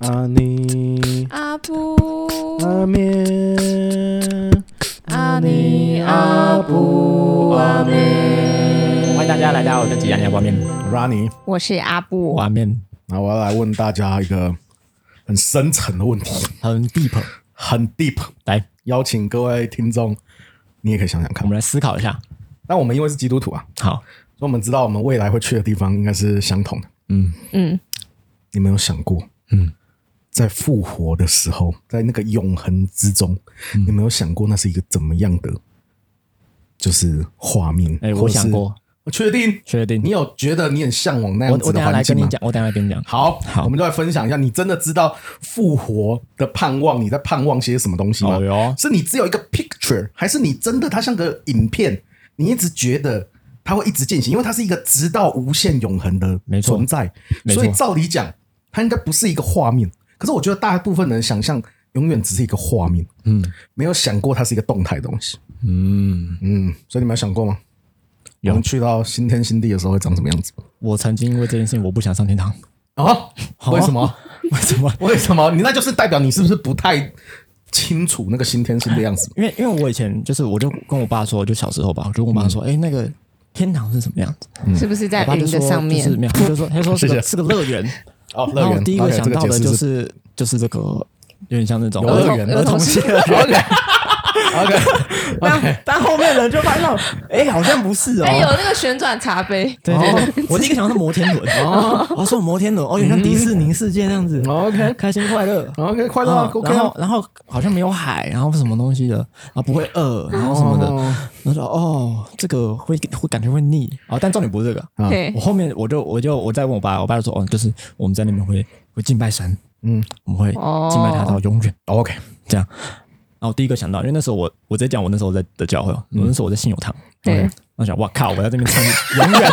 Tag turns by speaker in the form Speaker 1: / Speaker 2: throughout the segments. Speaker 1: 阿尼
Speaker 2: 阿布
Speaker 1: 阿面，
Speaker 2: 阿尼阿布阿妹，
Speaker 3: 欢迎大家来到我的吉安家挂面
Speaker 1: 我是阿尼。
Speaker 2: 我是阿布，
Speaker 3: 挂面，
Speaker 1: 那我要来问大家一个很深层的问题，
Speaker 3: 很 deep。
Speaker 1: 很 deep。
Speaker 3: 来，
Speaker 1: 邀请各位听众，你也可以想想
Speaker 3: 我
Speaker 1: 看。
Speaker 3: 们来思考一下。
Speaker 1: 那我们因为是基督徒啊，
Speaker 3: 好，
Speaker 1: 所以我们知道我们未来会去的地方应该是相同的。
Speaker 3: 嗯
Speaker 2: 嗯，
Speaker 1: 你们有想过，
Speaker 3: 嗯，
Speaker 1: 在复活的时候，在那个永恒之中，
Speaker 3: 嗯
Speaker 1: 你们有想过那是一个怎么样的，就是画面？
Speaker 3: 哎我
Speaker 1: 或者是
Speaker 3: 想过，
Speaker 1: 我确定，
Speaker 3: 确定
Speaker 1: 你有觉得你很向往那
Speaker 3: 我
Speaker 1: 样
Speaker 3: 我
Speaker 1: 子
Speaker 3: 等
Speaker 1: 的
Speaker 3: 一下来
Speaker 1: 环境
Speaker 3: 跟
Speaker 1: 吗
Speaker 3: 你？讲，我等一下来跟你讲。
Speaker 1: 好，
Speaker 3: 好
Speaker 1: 我们就来分享一下，你真的知道复活的盼望，你在盼望些什么东西吗？
Speaker 3: 哦哟
Speaker 1: 是你只有一个 picture，还是你真的它像个影片，你一直觉得它会一直进行，因为它是一个直到无限永恒的
Speaker 3: 没错
Speaker 1: 存在，
Speaker 3: 没错
Speaker 1: 所以照理讲，它应该不是一个画面。可是我觉得大部分人想象永远只是一个画面，
Speaker 3: 嗯
Speaker 1: 没有想过它是一个动态的东西。
Speaker 3: 嗯，
Speaker 1: 嗯，所以你们有想过吗？
Speaker 3: 有
Speaker 1: 我们去到新天新地的时候会长什么样子？
Speaker 3: 我曾经因为这件事情，我不想上天 堂。
Speaker 1: 啊？
Speaker 3: 哦
Speaker 1: 为什么？
Speaker 3: 为什么？
Speaker 1: 为什么？你那就是代表你是不是不太清楚那个新天新的样子？
Speaker 3: 因为因为我以前就是，我就跟我爸说，就小时候吧，我就跟我
Speaker 1: 嗯
Speaker 3: 爸说，哎，那个天堂是什么样子？
Speaker 2: 是不是在
Speaker 3: 嗯我爸
Speaker 2: 云
Speaker 3: 就
Speaker 2: 的
Speaker 3: 说
Speaker 2: 上
Speaker 3: 就是
Speaker 2: 面？
Speaker 3: 没有，他就说他就说是
Speaker 1: 谢谢
Speaker 3: 个是个乐园。
Speaker 1: 哦，
Speaker 3: 然后我第一个
Speaker 1: OK，
Speaker 3: 想到
Speaker 1: 这
Speaker 3: 的
Speaker 1: 个解释
Speaker 3: 就是是就是这个有点像那种
Speaker 1: 游乐园
Speaker 3: 儿童系乐园。
Speaker 1: OK OK，
Speaker 3: 但后面人就发现到，哎，好像不是哦
Speaker 2: 哎，有那个旋转茶杯，
Speaker 3: 对对对，我第一个想到是摩天轮哦，嗯我说摩天轮哦，有点像迪士尼世界那样子
Speaker 1: 哦，OK
Speaker 3: 开心快乐。
Speaker 1: OK，快乐啊
Speaker 3: 啊
Speaker 1: ，OK
Speaker 3: 然
Speaker 1: 啊
Speaker 3: 后，然后好像没有海，然后什么东西的，然后不会饿，然后什么的，
Speaker 1: 哦
Speaker 3: 然后说哦，这个会会感觉会腻哦，但重点不是这个，
Speaker 1: 啊
Speaker 2: 对
Speaker 3: 我，后面我就我就我再问我爸，我爸就说哦，就是我们在那边会会敬拜神，
Speaker 1: 嗯
Speaker 3: 我们会
Speaker 2: 哦
Speaker 3: 敬拜他到永远。哦
Speaker 1: ，OK，
Speaker 3: 这样。然后我第一个想到，因为那时候我我在讲我那时候在的教会哦，
Speaker 1: 嗯
Speaker 3: 我那时候我在信友堂，
Speaker 2: 对
Speaker 3: 嗯，我想哇靠，我在这边唱永远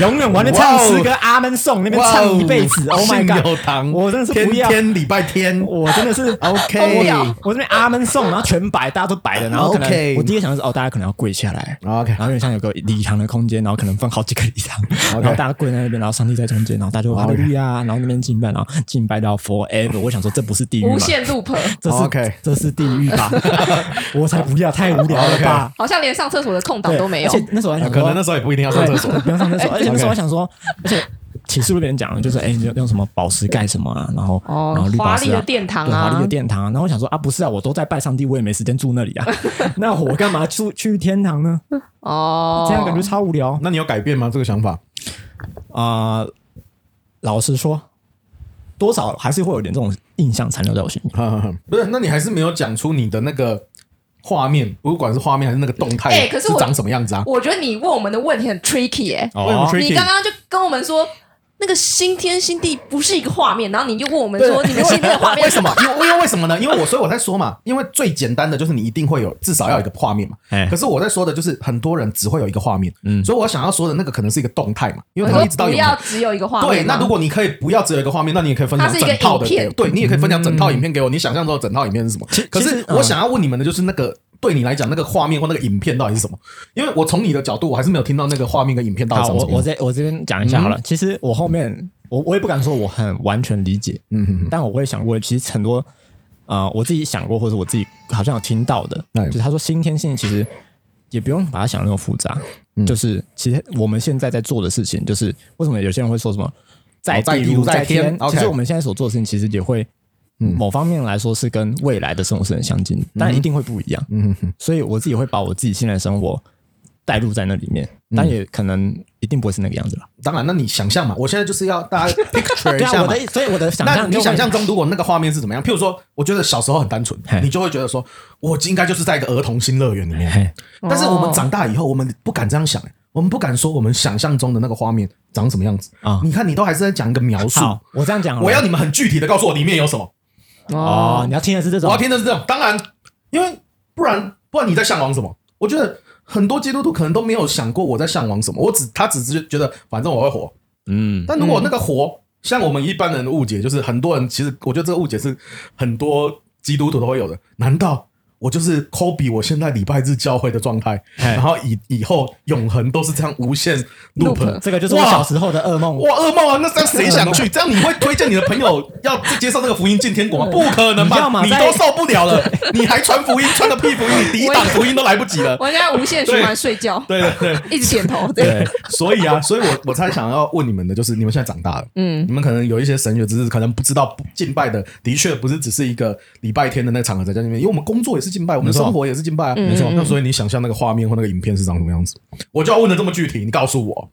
Speaker 3: 永远完全唱诗歌阿门颂那边唱一辈子
Speaker 1: 哦哇哦
Speaker 3: ，Oh my
Speaker 1: 信友
Speaker 3: god，
Speaker 1: 堂，
Speaker 3: 我真的是
Speaker 1: 天
Speaker 3: 不要，
Speaker 1: 天礼拜天
Speaker 3: 我真的是
Speaker 1: OK
Speaker 3: 我我这边阿门颂，然后全白，大家都白的，然后可能
Speaker 1: OK 哦
Speaker 3: 我第一个想的是哦，大家可能要跪下来。
Speaker 1: ，OK
Speaker 3: 然后有点像有个礼堂的空间，然后可能分好几个礼堂然后大家跪在那边，然后上帝在中间，然后大家就哈利路亚，然后那边敬拜，然后敬拜到 forever。我想说这不是地狱吗？
Speaker 2: 无限 loop，
Speaker 3: 这是、
Speaker 1: OK
Speaker 3: 这是地狱吧？ 我才不要，太无聊了吧？
Speaker 2: 好像连上厕所的空档
Speaker 3: 对，
Speaker 2: 都没有
Speaker 3: 而。且那时候还想
Speaker 1: 啊可
Speaker 3: 说，
Speaker 1: 能那时候也不一定要上厕所
Speaker 3: 对，不用上厕所。而且那时
Speaker 1: OK
Speaker 3: 候还想说，而且启示录别人讲的就是，哎，你用什么宝石盖什么啊？然后，
Speaker 2: 哦
Speaker 3: 然后绿宝
Speaker 2: 华
Speaker 3: 石
Speaker 2: 丽
Speaker 3: 啊
Speaker 2: 的殿堂啊
Speaker 3: 对华丽的殿堂啊。然后我想说啊，不是啊，我都在拜上帝，我也没时间住那里 啊，那我干嘛住去天堂呢？
Speaker 2: 哦，
Speaker 3: 这样感觉超无聊
Speaker 1: 那你有改变吗？这个想法？
Speaker 3: 啊。老实说，多少还是会有点这种印象残留在我心里。
Speaker 1: 哈哈哈不是，那你还是没有讲出你的那个画面，不管是画面还是那个动态，
Speaker 2: 哎可是
Speaker 1: 是
Speaker 2: 我
Speaker 1: 长什么样子啊？
Speaker 2: 我觉得你问我们的问题很 tricky 哎，
Speaker 3: 哦
Speaker 1: 为什么 tricky？
Speaker 2: 你刚刚就跟我们说。那个新天新地不是一个画面，然后你就问我们说，你们新天的画面
Speaker 1: 为
Speaker 2: 是
Speaker 1: 什么？因为因为为什么呢？因为我所以我在说嘛，因为最简单的就是你一定会有至少要有一个画面嘛。
Speaker 3: 哎
Speaker 1: 可是我在说的就是很多人只会有一个画面，
Speaker 3: 嗯
Speaker 1: 所以我想要说的那个可能是一个动态嘛，因为
Speaker 2: 我
Speaker 1: 它会
Speaker 2: 说
Speaker 1: 一直到
Speaker 2: 嗯不
Speaker 1: 有
Speaker 2: 要只有一个画
Speaker 1: 对，
Speaker 2: 面吗。
Speaker 1: 那如果你可以不要只有一个画面，那你也可以分享
Speaker 2: 它是一个
Speaker 1: 整套的
Speaker 2: 影片嗯
Speaker 1: 给我，对你也可以分享整套影片给我。你想象中的整套影片是什么？可
Speaker 3: 其
Speaker 1: 是
Speaker 3: 实嗯
Speaker 1: 我想要问你们的就是那个。对你来讲，那个画面或那个影片到底是什么？因为我从你的角度，我还是没有听到那个画面跟影片到底
Speaker 3: 好，
Speaker 1: 长
Speaker 3: 我
Speaker 1: 什么样嗯
Speaker 3: 我
Speaker 1: 子。
Speaker 3: 这我这边讲一下好了。其实我后面我我也不敢说我很完全理解，
Speaker 1: 嗯哼哼，
Speaker 3: 但我会想过，其实很多呃我自己想过，或者我自己好像有听到的，
Speaker 1: 哎
Speaker 3: 就是他说新天性其实也不用把它想得那么复杂，
Speaker 1: 嗯
Speaker 3: 就是其实我们现在在做的事情，就是为什么有些人会说什么在
Speaker 1: 在地
Speaker 3: 地
Speaker 1: 如
Speaker 3: 如
Speaker 1: 哦在
Speaker 3: 在
Speaker 1: 天
Speaker 3: 天，
Speaker 1: OK 嗯
Speaker 3: 其实我们现在所做的事情其实也会。某方面来说是跟未来的生活是很相近的，但一定会不一样。
Speaker 1: 嗯哼哼，
Speaker 3: 所以我自己会把我自己现在的生活带入在那里面，
Speaker 1: 嗯
Speaker 3: 但也可能一定不会是那个样子了。
Speaker 1: 当然，那你想象嘛，我现在就是要大家 picture 一
Speaker 3: 对
Speaker 1: 下
Speaker 3: 啊，我
Speaker 1: 嘛。
Speaker 3: 的所以我的想
Speaker 1: 那
Speaker 3: 象，
Speaker 1: 你想象中，如果那个画面是怎么样？譬如说，我觉得小时候很单纯
Speaker 3: 嘿，
Speaker 1: 你就会觉得说，我应该就是在一个儿童新乐园里面。
Speaker 3: 嘿，
Speaker 1: 但是我们长大以后，我们不敢这样想，欸我们不敢说我们想象中的那个画面长什么样子
Speaker 3: 啊
Speaker 1: 你看，你都还是在讲一个描述。
Speaker 3: 好，我这样讲好了，
Speaker 1: 我要你们很具体的告诉我里面有什么，
Speaker 3: 哦，你要听的是这
Speaker 1: 我
Speaker 3: 种
Speaker 1: 要，听的是这种。当然，因为不然不然你在向往什么？我觉得很多基督徒可能都没有想过我在向往什么，我只他只是觉得反正我会活，
Speaker 3: 嗯，
Speaker 1: 但如果那个火，像我们一般人的误解，就是很多人其实，我觉得这个误解是很多基督徒都会有的。难道我就是 Kobe，我现在礼拜日教会的状态，
Speaker 3: 嘿
Speaker 1: 然后以以后永恒都是这样无限 loop。
Speaker 3: 这个就是我
Speaker 1: 哇
Speaker 3: 小时候的噩梦。
Speaker 1: 哇，噩梦啊！那这样谁想去？这样你会推荐你的朋友要接受这个福音进天国 吗？不可能
Speaker 3: 你要
Speaker 1: 吧！
Speaker 3: 嘛
Speaker 1: 你
Speaker 3: 在
Speaker 1: 都受不 了了，你还传福音，传个屁福音，你抵挡福音都来不及了。
Speaker 2: 我现在无限循环睡觉，
Speaker 1: 对对对，
Speaker 2: 一直点头，
Speaker 1: 对，所以啊，所以我我才想要问你们的，就是你们现在长大了，
Speaker 2: 嗯，
Speaker 1: 你们可能有一些神学知识，可能不知道不敬拜的，的确不是只是一个礼拜天的那个场合在家里面，因为我们工作也是敬拜，我们
Speaker 3: 没错
Speaker 1: 生活也是敬拜啊，
Speaker 2: 嗯没错
Speaker 1: 那所以你想象那个画面或那个影片是长什么样子，我就要问的这么具体，你告诉我，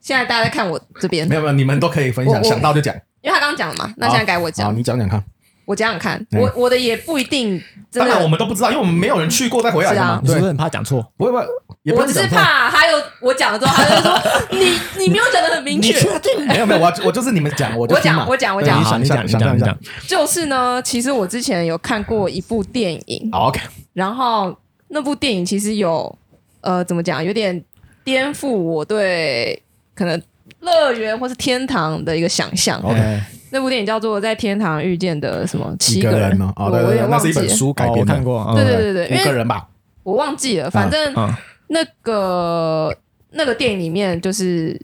Speaker 2: 现在大家在看我这边
Speaker 1: 没，有没有，你们都可以分
Speaker 2: 我
Speaker 1: 享，
Speaker 2: 我
Speaker 1: 想到就讲。
Speaker 2: 因为他刚刚讲了嘛，那现在该我
Speaker 1: 好，
Speaker 2: 讲，
Speaker 1: 你讲讲看。
Speaker 2: 我讲讲看，
Speaker 1: 嗯
Speaker 2: 我我的也不一定真
Speaker 1: 当然我
Speaker 2: 的，
Speaker 1: 们都不知道，因为我们没有人去过再回来的嘛。
Speaker 3: 你是
Speaker 1: 对
Speaker 3: 不是，很怕讲错？
Speaker 1: 不会不会，也不
Speaker 2: 我
Speaker 1: 能
Speaker 2: 只是
Speaker 1: 讲错
Speaker 2: 怕他有我讲了之后，他就说 你你没有讲的很明
Speaker 3: 你
Speaker 2: 确，
Speaker 3: 确定？
Speaker 1: 没有没有，我要我就是你们讲，我就
Speaker 2: 我
Speaker 1: 听
Speaker 2: 讲
Speaker 1: 嘛
Speaker 2: 我讲我
Speaker 1: 对
Speaker 2: 讲
Speaker 1: 你
Speaker 3: 好
Speaker 1: 想
Speaker 3: 你
Speaker 1: 象
Speaker 3: 讲你
Speaker 1: 想
Speaker 3: 讲
Speaker 1: 象
Speaker 3: 你
Speaker 1: 一
Speaker 3: 讲
Speaker 1: 下。
Speaker 2: 就是呢，其实我之前有看过一部电影，
Speaker 1: 好，OK，
Speaker 2: 然后那部电影其实有呃怎么讲，有点颠覆我对可能乐园或是天堂的一个想象。
Speaker 1: OK
Speaker 3: 哎
Speaker 2: 那部电影叫做《在天堂遇见的什么七
Speaker 1: 几个人呢？哦，
Speaker 2: 我
Speaker 1: 对
Speaker 2: 我有
Speaker 1: 对对，
Speaker 2: 点
Speaker 1: 那
Speaker 2: 忘
Speaker 1: 是
Speaker 2: 记
Speaker 1: 一本
Speaker 2: 了，
Speaker 1: 书改
Speaker 3: 哦我
Speaker 1: 编的
Speaker 3: 看。过，嗯
Speaker 2: 对对对对，
Speaker 1: 五
Speaker 2: 因
Speaker 1: 个
Speaker 2: 为
Speaker 1: 人吧，
Speaker 2: 我忘记了，反正
Speaker 3: 嗯，
Speaker 2: 那个、那个电影里面就是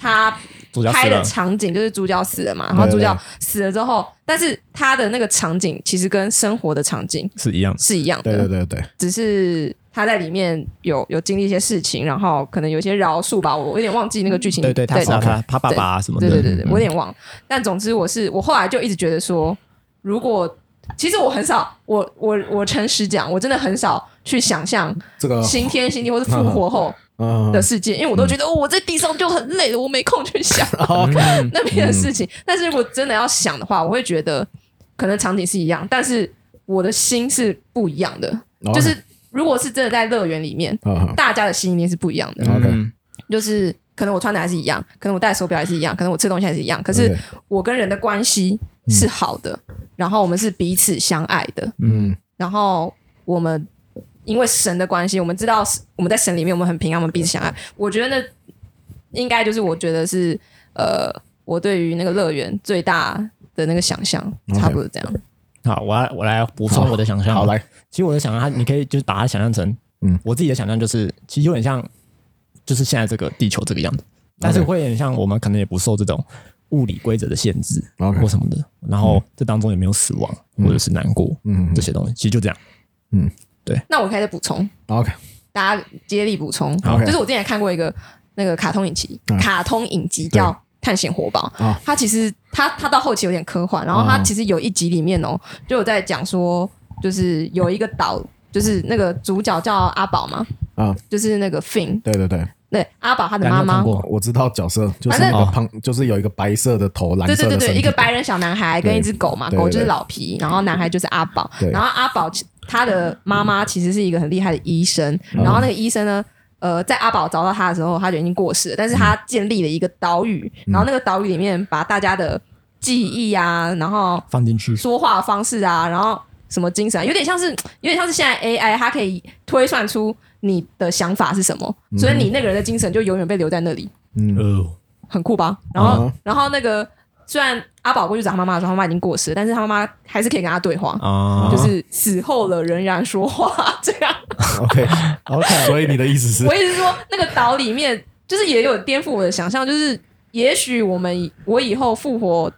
Speaker 2: 他
Speaker 3: 主角
Speaker 2: 拍
Speaker 3: 死
Speaker 2: 的
Speaker 3: 了，
Speaker 2: 场景就是主角死了嘛，然后
Speaker 1: 对对
Speaker 2: 主角
Speaker 1: 对
Speaker 2: 死了之后，但是他的那个场景其实跟生活的场景
Speaker 3: 是一样。
Speaker 2: 是一样的，
Speaker 1: 对对对对，
Speaker 2: 只是他在里面有有经历一些事情，然后可能有一些饶恕吧，我有点忘记那个剧情。
Speaker 3: 对对，他杀他他爸
Speaker 2: 嗯对
Speaker 3: 爸啊什么的。
Speaker 2: 对对对对，
Speaker 3: 嗯
Speaker 2: 我有点忘了。但总之，我是我后来就一直觉得说，如果其实我很少，我我我诚实讲，我真的很少去想象
Speaker 1: 这个
Speaker 2: 新天新地或是复活后
Speaker 1: 嗯
Speaker 2: 的世界，因为我都觉得、哦我在地上就很累了，我没空去想
Speaker 1: 嗯
Speaker 2: 那边的事情。但是如果真的要想的话，我会觉得可能场景是一样，但是我的心是不一样的。
Speaker 1: 哦
Speaker 2: 就是如果是真的在乐园里面，
Speaker 1: 嗯嗯
Speaker 2: 大家的心一定是不一样的。
Speaker 1: OK
Speaker 3: 嗯
Speaker 2: 就是可能我穿的还是一样，可能我戴的手表还是一样，可能我吃的东西还是一样，可是
Speaker 1: OK
Speaker 2: 我跟人的关系是好的，然后我们是彼此相爱的，
Speaker 1: 嗯
Speaker 2: 然后我们因为神的关系，我们知道是我们在神里面我们很平安，我们彼此相爱。我觉得那应该就是我觉得是呃，我对于那个乐园最大的那个想象，
Speaker 1: OK
Speaker 2: 差不多这样。
Speaker 3: 好，我来我来补充我的想象。
Speaker 1: 好来，
Speaker 3: 其实我的想象，它你可以就是把它想象成，
Speaker 1: 嗯
Speaker 3: 嗯，我自己的想象就是，其实有点像，就是现在这个地球这个样子，但是
Speaker 1: OK
Speaker 3: 会有点像我们可能也不受这种物理规则的限制
Speaker 1: OK
Speaker 3: 或什么的，然后这当中也没有死亡或者是难过，
Speaker 1: 嗯
Speaker 3: 嗯，这些东西，其实就这样。
Speaker 2: 那我可以再补充，
Speaker 1: OK
Speaker 2: 大家接力补充
Speaker 1: OK
Speaker 2: 就是我之前看过一个那个卡通影集，
Speaker 1: 嗯
Speaker 2: 卡通影集叫
Speaker 1: 对
Speaker 2: 《探险活宝》
Speaker 1: 啊
Speaker 2: 它其实它它到后期有点科幻，然后它
Speaker 1: 嗯
Speaker 2: 其实有一集里面哦，就有在讲说，就是有一个岛，就是那个主角叫阿宝嘛，
Speaker 1: 啊，
Speaker 2: 就是那个 Fin，
Speaker 1: 对对对，
Speaker 2: 对，阿宝他的
Speaker 3: 大家
Speaker 2: 妈
Speaker 3: 有看
Speaker 2: 妈，
Speaker 3: 过
Speaker 1: 我知道角色就是
Speaker 2: 反正
Speaker 1: 那个胖，就是有一个白色的头，蓝
Speaker 2: 对
Speaker 1: 色
Speaker 2: 对对
Speaker 1: 的
Speaker 2: 对，
Speaker 1: 身体
Speaker 2: 一个白人小男孩跟一只狗嘛，
Speaker 1: 对对
Speaker 2: 狗
Speaker 1: 对
Speaker 2: 就是老皮，然后男孩就是阿宝
Speaker 1: 对，
Speaker 2: 然后阿宝他的妈妈其实是一个很厉害的医生，
Speaker 1: 嗯
Speaker 2: 然后那个医生呢。呃，在阿宝找到他的时候，他就已经过世了。但是
Speaker 1: 嗯
Speaker 2: 他建立了一个岛屿，然后那个岛屿里面把大家的记忆啊，然后
Speaker 3: 放进去，
Speaker 2: 说话的方式啊，然后什么精神啊、有点像是有点像是现在 AI，它可以推算出你的想法是什么，所以你那个人的精神就永远被留在那里。
Speaker 1: 嗯
Speaker 3: 呃，
Speaker 2: 很酷吧？然后，
Speaker 1: 啊
Speaker 2: 然后那个虽然阿宝过去找他妈妈的时候，他妈妈已经过世了，但是他妈妈还是可以跟他对
Speaker 1: 嗯
Speaker 2: 话，
Speaker 3: 啊，
Speaker 2: 就是死后了仍然说话这 样。
Speaker 1: OK
Speaker 3: OK
Speaker 1: 所以你的意思是
Speaker 2: 我一直说那个岛里面，就是也有颠覆我的想象，就是也许我们以我以后复活，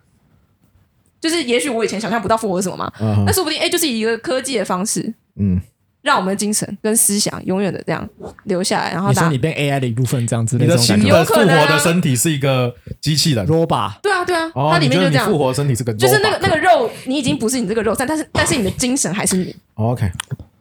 Speaker 2: 就是也许我以前想象不到复活是什么嘛，
Speaker 1: 嗯
Speaker 2: 那说不定哎，就是以一个科技的方式。
Speaker 1: 嗯
Speaker 2: 让我们的精神跟思想永远的这样留下来，然后
Speaker 3: 你
Speaker 2: 大
Speaker 3: 说
Speaker 2: 家
Speaker 3: 你变 AI 的一部分这样之类
Speaker 1: 你
Speaker 3: 这
Speaker 1: 的
Speaker 3: 种
Speaker 1: 新
Speaker 3: 感觉
Speaker 2: 有
Speaker 1: 的
Speaker 2: 可
Speaker 1: 复
Speaker 2: 能啊
Speaker 1: 活的身体是一个机器人
Speaker 3: ，robot
Speaker 2: 对啊对啊，
Speaker 1: 哦，
Speaker 2: 它里
Speaker 1: 你
Speaker 2: 面就
Speaker 1: 觉
Speaker 2: 这
Speaker 1: 得你
Speaker 2: 样
Speaker 1: 复，活的身体是个
Speaker 2: 就是那个
Speaker 1: robot
Speaker 2: 那个肉，你已经不是你这个肉但但是但是你的精神还是你，
Speaker 1: 哦 OK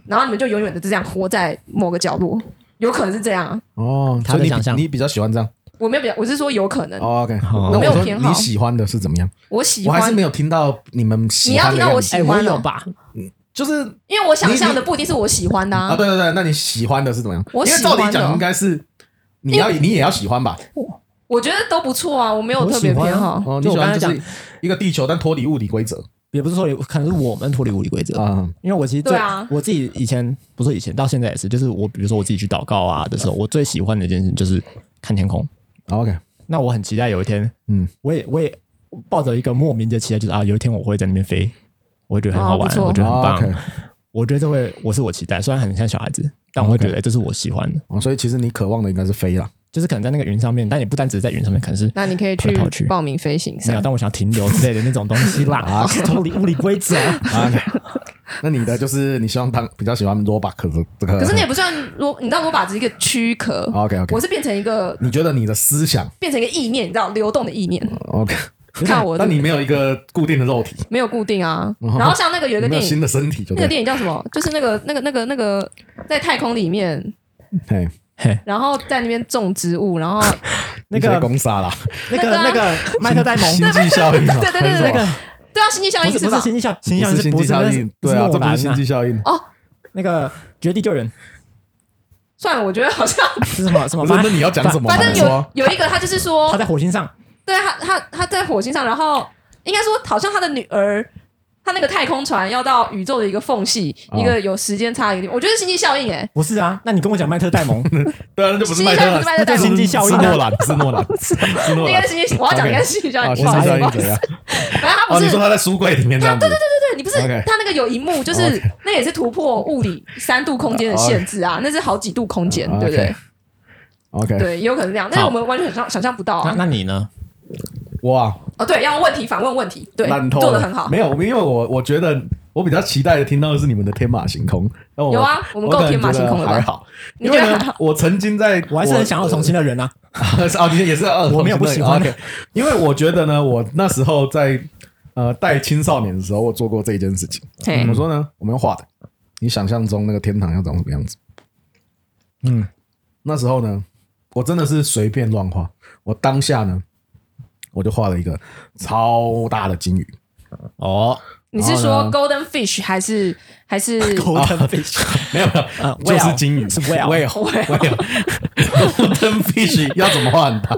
Speaker 2: 然后你们就永远的就这样活在某个角落，有可能是这样啊。
Speaker 1: 哦，
Speaker 3: 他
Speaker 1: 所
Speaker 3: 的
Speaker 1: 以你
Speaker 3: 想象
Speaker 1: 比你比较喜欢这样
Speaker 2: 我没有比较，我是说有可能，
Speaker 1: 哦 OK，
Speaker 3: 好
Speaker 1: 那
Speaker 2: 我没有
Speaker 1: 说
Speaker 2: 偏好
Speaker 1: 你喜欢的是怎么样？
Speaker 2: 我喜
Speaker 1: 我还是
Speaker 2: 欢
Speaker 1: 没，有听到你们喜欢的
Speaker 2: 你要听到我
Speaker 1: 样子
Speaker 2: 喜
Speaker 3: 哎，
Speaker 2: 欢
Speaker 3: 我
Speaker 2: 哦
Speaker 3: 有吧？
Speaker 1: 就是
Speaker 2: 因为我想象的不一定是我喜欢的
Speaker 1: 啊，
Speaker 2: 啊。
Speaker 1: 对对对，那你喜欢的是怎么样？
Speaker 2: 我
Speaker 1: 因为
Speaker 2: 喜欢啊
Speaker 1: 照
Speaker 2: 的
Speaker 1: 理讲应该是你要你也要喜欢吧？
Speaker 2: 我觉得都不错啊，我没有特别偏好。
Speaker 1: 哦，你
Speaker 3: 就
Speaker 1: 喜
Speaker 3: 我刚
Speaker 1: 欢
Speaker 3: 才
Speaker 1: 就
Speaker 3: 讲
Speaker 1: 是，一个地球，但脱离物理规则
Speaker 3: 也不是说有可能是我们脱离物理规则，
Speaker 1: 啊。
Speaker 3: 因为我其实最
Speaker 2: 对啊
Speaker 3: 我自己以前不是以前到现在也是，就是我比如说我自己去祷告啊的时候，我最喜欢的一件事就是看天空。
Speaker 1: OK，
Speaker 3: 那我很期待有一天，
Speaker 1: 嗯，
Speaker 3: 我也我也抱着一个莫名的期待，就是啊，有一天我会在那边飞，我会觉得很好
Speaker 2: 哦
Speaker 3: 玩
Speaker 2: 不，错
Speaker 3: 我觉得很
Speaker 1: 哦
Speaker 3: 棒。
Speaker 1: ，OK，
Speaker 3: 我觉得这会我是我期待，虽然很像小孩子，但我会觉得、欸这是我喜欢的，
Speaker 1: 哦，所以其实你渴望的应该是飞啦。
Speaker 3: 就是可能在那个云上面，但也不单只是在云上面，可能是
Speaker 2: 那你可以
Speaker 3: 跑来跑去
Speaker 2: 去报名飞行
Speaker 3: 没有，
Speaker 2: 伞。
Speaker 3: 但我想停留之类的那种东西啦， 啊，物理物理规则。
Speaker 1: 啊， 那你的就是你希望当比较喜欢 robot 这这个，
Speaker 2: 可是你也不算罗，你知道罗把只是一个躯壳
Speaker 1: OK，OK
Speaker 2: 我是变成一个
Speaker 1: 你觉得你的思想
Speaker 2: 变成一个意念，你知道流动的意念，
Speaker 1: OK，
Speaker 2: 看啊我的
Speaker 1: 但哦你没有一个固定的肉体，
Speaker 2: 没有固定啊。然后像那个有一
Speaker 1: 你
Speaker 2: 个
Speaker 1: 没有
Speaker 2: 电
Speaker 1: 新
Speaker 2: 影，
Speaker 1: 的身体就
Speaker 2: 那个
Speaker 1: 对了。
Speaker 2: 电影叫什么？就是那个那个那个那个在太空里面，
Speaker 1: 嘿，
Speaker 3: 嘿，
Speaker 2: 然后在那边种植物，然后
Speaker 3: 那
Speaker 1: 你在
Speaker 3: 个
Speaker 1: 攻杀啦，
Speaker 3: 那个
Speaker 2: 那个啊
Speaker 3: 那个麦克戴 蒙，
Speaker 1: 经济效应 啊，
Speaker 2: 对对对对
Speaker 1: 还是什么
Speaker 2: 对啊，星际效
Speaker 3: 不
Speaker 2: 应
Speaker 3: 是不是
Speaker 2: 吧？
Speaker 3: 星际效星际效
Speaker 1: 不
Speaker 3: 应
Speaker 1: 是
Speaker 3: 是
Speaker 1: 经
Speaker 3: 不
Speaker 1: 济
Speaker 3: 是
Speaker 1: 效
Speaker 3: 那
Speaker 1: 应
Speaker 3: 是，
Speaker 1: 对啊，
Speaker 3: 诺
Speaker 1: 这不
Speaker 3: 兰
Speaker 1: 是经济效应。
Speaker 3: 那个绝地救人
Speaker 2: 算了，我觉得好 像
Speaker 3: 是什么什么？
Speaker 1: 不是，那你要讲什么？
Speaker 2: 反正
Speaker 1: 你说
Speaker 2: 有有一个他就是说
Speaker 3: 他，在火星上，
Speaker 2: 对他他他在火星上，然后应该说好像他的女儿，他那个太空船要到宇宙的一个缝隙，
Speaker 1: 哦
Speaker 2: 一个有时间差的一个地方，我觉得是星际效应哎、
Speaker 3: 不是啊？那你跟我讲麦特戴蒙，
Speaker 1: 对啊，那就不是麦
Speaker 2: 经济效应不是麦特戴
Speaker 1: 特
Speaker 2: 蒙
Speaker 3: 经济效应啊
Speaker 1: 是诺兰，是诺兰，是诺
Speaker 2: 应
Speaker 1: 兰
Speaker 2: 该。是星际，我要讲
Speaker 1: OK
Speaker 2: 应该是星际效
Speaker 1: 哦啊，
Speaker 2: 应，
Speaker 1: 经
Speaker 2: 不好意思
Speaker 1: 济
Speaker 2: 不
Speaker 1: 效应
Speaker 2: 好意
Speaker 1: 怎
Speaker 2: 思
Speaker 1: 样？
Speaker 2: 反正他
Speaker 1: 哦，
Speaker 2: 不
Speaker 1: 你
Speaker 2: 是
Speaker 1: 说他在书柜里面这样子，
Speaker 2: 对，你不是
Speaker 1: OK 哦
Speaker 2: 他那个有一幕，就是
Speaker 1: OK 哦
Speaker 2: 那也是突破物理三度空间的限制啊，那是好几度空间，
Speaker 1: 啊 OK
Speaker 2: 对不对？
Speaker 1: OK，
Speaker 2: 对，也有可能是这样，但是
Speaker 3: 好
Speaker 2: 我们完全想象想象不到
Speaker 3: 那
Speaker 2: 啊。
Speaker 3: 那你呢？
Speaker 1: 哇，
Speaker 2: 哦，对，要问题反问问题，对
Speaker 1: 烂，透了
Speaker 2: 做的很好
Speaker 1: 没。有，因为我我觉得我比较期待的听到的是你们的天马行空。那我
Speaker 2: 有啊我们够
Speaker 1: 可能
Speaker 2: 天马行空
Speaker 1: 觉
Speaker 2: 了
Speaker 1: 得
Speaker 2: 吧
Speaker 1: 还好，
Speaker 2: 你
Speaker 1: 因为
Speaker 2: 觉得
Speaker 1: 呢
Speaker 2: 还好
Speaker 1: 我曾经在，
Speaker 3: 我还是很想要重新的人啊，
Speaker 1: 啊，你也是二，
Speaker 3: 我没有不喜欢的
Speaker 1: OK 因为我觉得呢，我那时候在呃带青少年的时候，我做过这一件事情。
Speaker 3: 嗯
Speaker 2: 嘿
Speaker 1: 怎么，说呢？我们用画的，你想象中那个天堂要长什么样子？
Speaker 3: 嗯，
Speaker 1: 那时候呢，我真的是随便乱画，我当下呢，我就画了一个超大的金鱼，
Speaker 3: 哦，
Speaker 2: 你是
Speaker 1: 然后
Speaker 2: 说
Speaker 1: 呢啊
Speaker 2: golden fish 还是还是
Speaker 3: Golden Fish，
Speaker 1: 没有没有，
Speaker 3: 啊
Speaker 1: 就是
Speaker 3: ，whale，
Speaker 1: 金鱼，
Speaker 3: 是 whale，
Speaker 1: whale，whale，灯 fish 要怎么画很大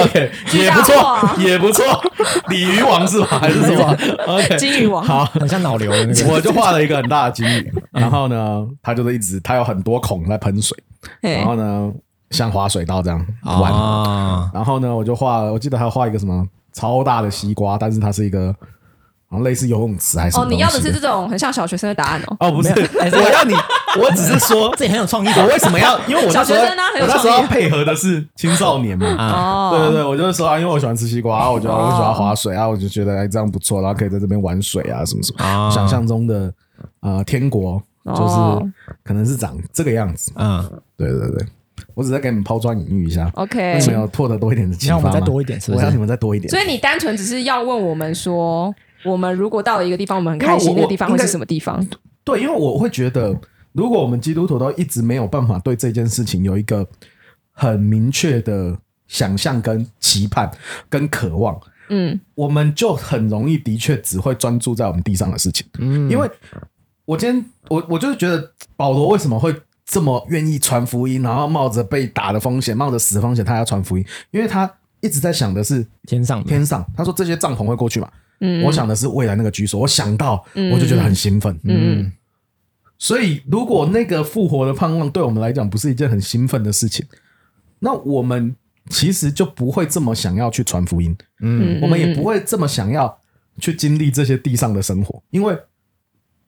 Speaker 1: ？OK，也
Speaker 2: 巨
Speaker 1: 不
Speaker 2: 大
Speaker 1: 错
Speaker 3: 啊
Speaker 2: 化，
Speaker 1: 也不错，鲤鱼王是吧？还是什么 ？OK，
Speaker 2: 金鱼王？
Speaker 1: 好，
Speaker 3: 很像脑瘤的那个。
Speaker 1: 我就画了一个很大的金鱼，然后呢，它就是一直，它有很多孔在喷水，
Speaker 2: 嘿哦
Speaker 1: 然后呢，像滑水道这样玩。
Speaker 3: 啊，
Speaker 1: 然后呢，我就画了，我记得还有画一个什么超大的西瓜，但是它是一个好像类似游泳池还是什么
Speaker 2: 哦，
Speaker 1: 东
Speaker 2: 你
Speaker 1: 西
Speaker 2: 要的是这种很像小学生的答案哦。
Speaker 1: 哦，不是，
Speaker 3: 没有哎
Speaker 1: 我 要你，我只是说，
Speaker 3: 这也很有创意吧
Speaker 1: 我？为什 么要？因为我那时
Speaker 2: 小
Speaker 1: 候，
Speaker 2: 学生啊很有
Speaker 1: 我那时候
Speaker 2: 创意
Speaker 1: 要配合的是青少年嘛。
Speaker 3: 啊
Speaker 1: 对对
Speaker 2: 哦，
Speaker 1: 对，我就是说啊，因为我喜欢吃西瓜，啊我觉得我喜欢划水啊，我就觉得哎这样不错，然后可以在这边玩水啊，什么什么。
Speaker 3: 啊
Speaker 1: 想象中的呃天国
Speaker 2: 哦
Speaker 1: 就是可能是长这个样子。
Speaker 3: 嗯，
Speaker 1: 对对对，我只是给你们抛砖引玉一下，
Speaker 2: OK
Speaker 1: 那你们有拓的多一点的启
Speaker 3: 你让
Speaker 1: 发吗
Speaker 3: 我们再多一点，是不
Speaker 1: 我
Speaker 3: 是
Speaker 1: 要你？们再多一点。
Speaker 2: 哎所以你单纯只是要问我们说，我们如果到了一个地方，我们很开
Speaker 1: 因为
Speaker 2: 心，
Speaker 1: 我
Speaker 2: 那个地方会是什么地方？
Speaker 1: 对，因为我会觉得，如果我们基督徒都一直没有办法对这件事情有一个很明确的想象、跟期盼、跟渴望，
Speaker 2: 嗯，
Speaker 1: 我们就很容易的确只会专注在我们地上的事情。
Speaker 3: 嗯
Speaker 1: 因为我今天我我就是觉得保罗为什么会这么愿意传福音，然后冒着被打的风险，冒着死的风险，他要传福音，因为他一直在想的是
Speaker 3: 天上的
Speaker 1: 天上。他说这些帐篷会过去嘛，
Speaker 2: 嗯
Speaker 1: 我想的是未来那个居所，我想到
Speaker 2: 嗯
Speaker 1: 我就觉得很兴奋，
Speaker 2: 嗯，
Speaker 1: 所以，如果那个复活的盼望对我们来讲不是一件很兴奋的事情，那我们其实就不会这么想要去传福音，
Speaker 2: 嗯
Speaker 1: 我们也不会这么想要去经历这些地上的生活，因为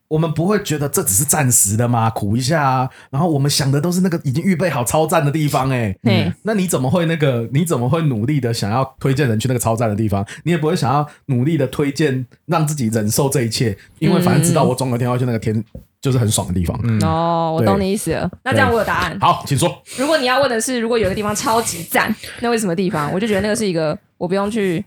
Speaker 1: 我们不会觉得这只是暂时的嘛，苦一下啊。然后我们想的都是那个已经预备好超赞的地方、欸，哎、
Speaker 2: 对
Speaker 1: 那你怎么会那个？你怎么会努力的想要推荐人去那个超赞的地方？你也不会想要努力的推荐让自己忍受这一切，因为反正知道我总有一天要去那个天，就是很爽的地方。
Speaker 2: 哦，我
Speaker 1: 对
Speaker 2: 懂你意思了。那这样
Speaker 1: 对
Speaker 2: 我有答案。
Speaker 1: 好，请说。
Speaker 2: 如果你要问的是，如果有一个地方超级赞，那为什么地方？我就觉得那个是一个我不用去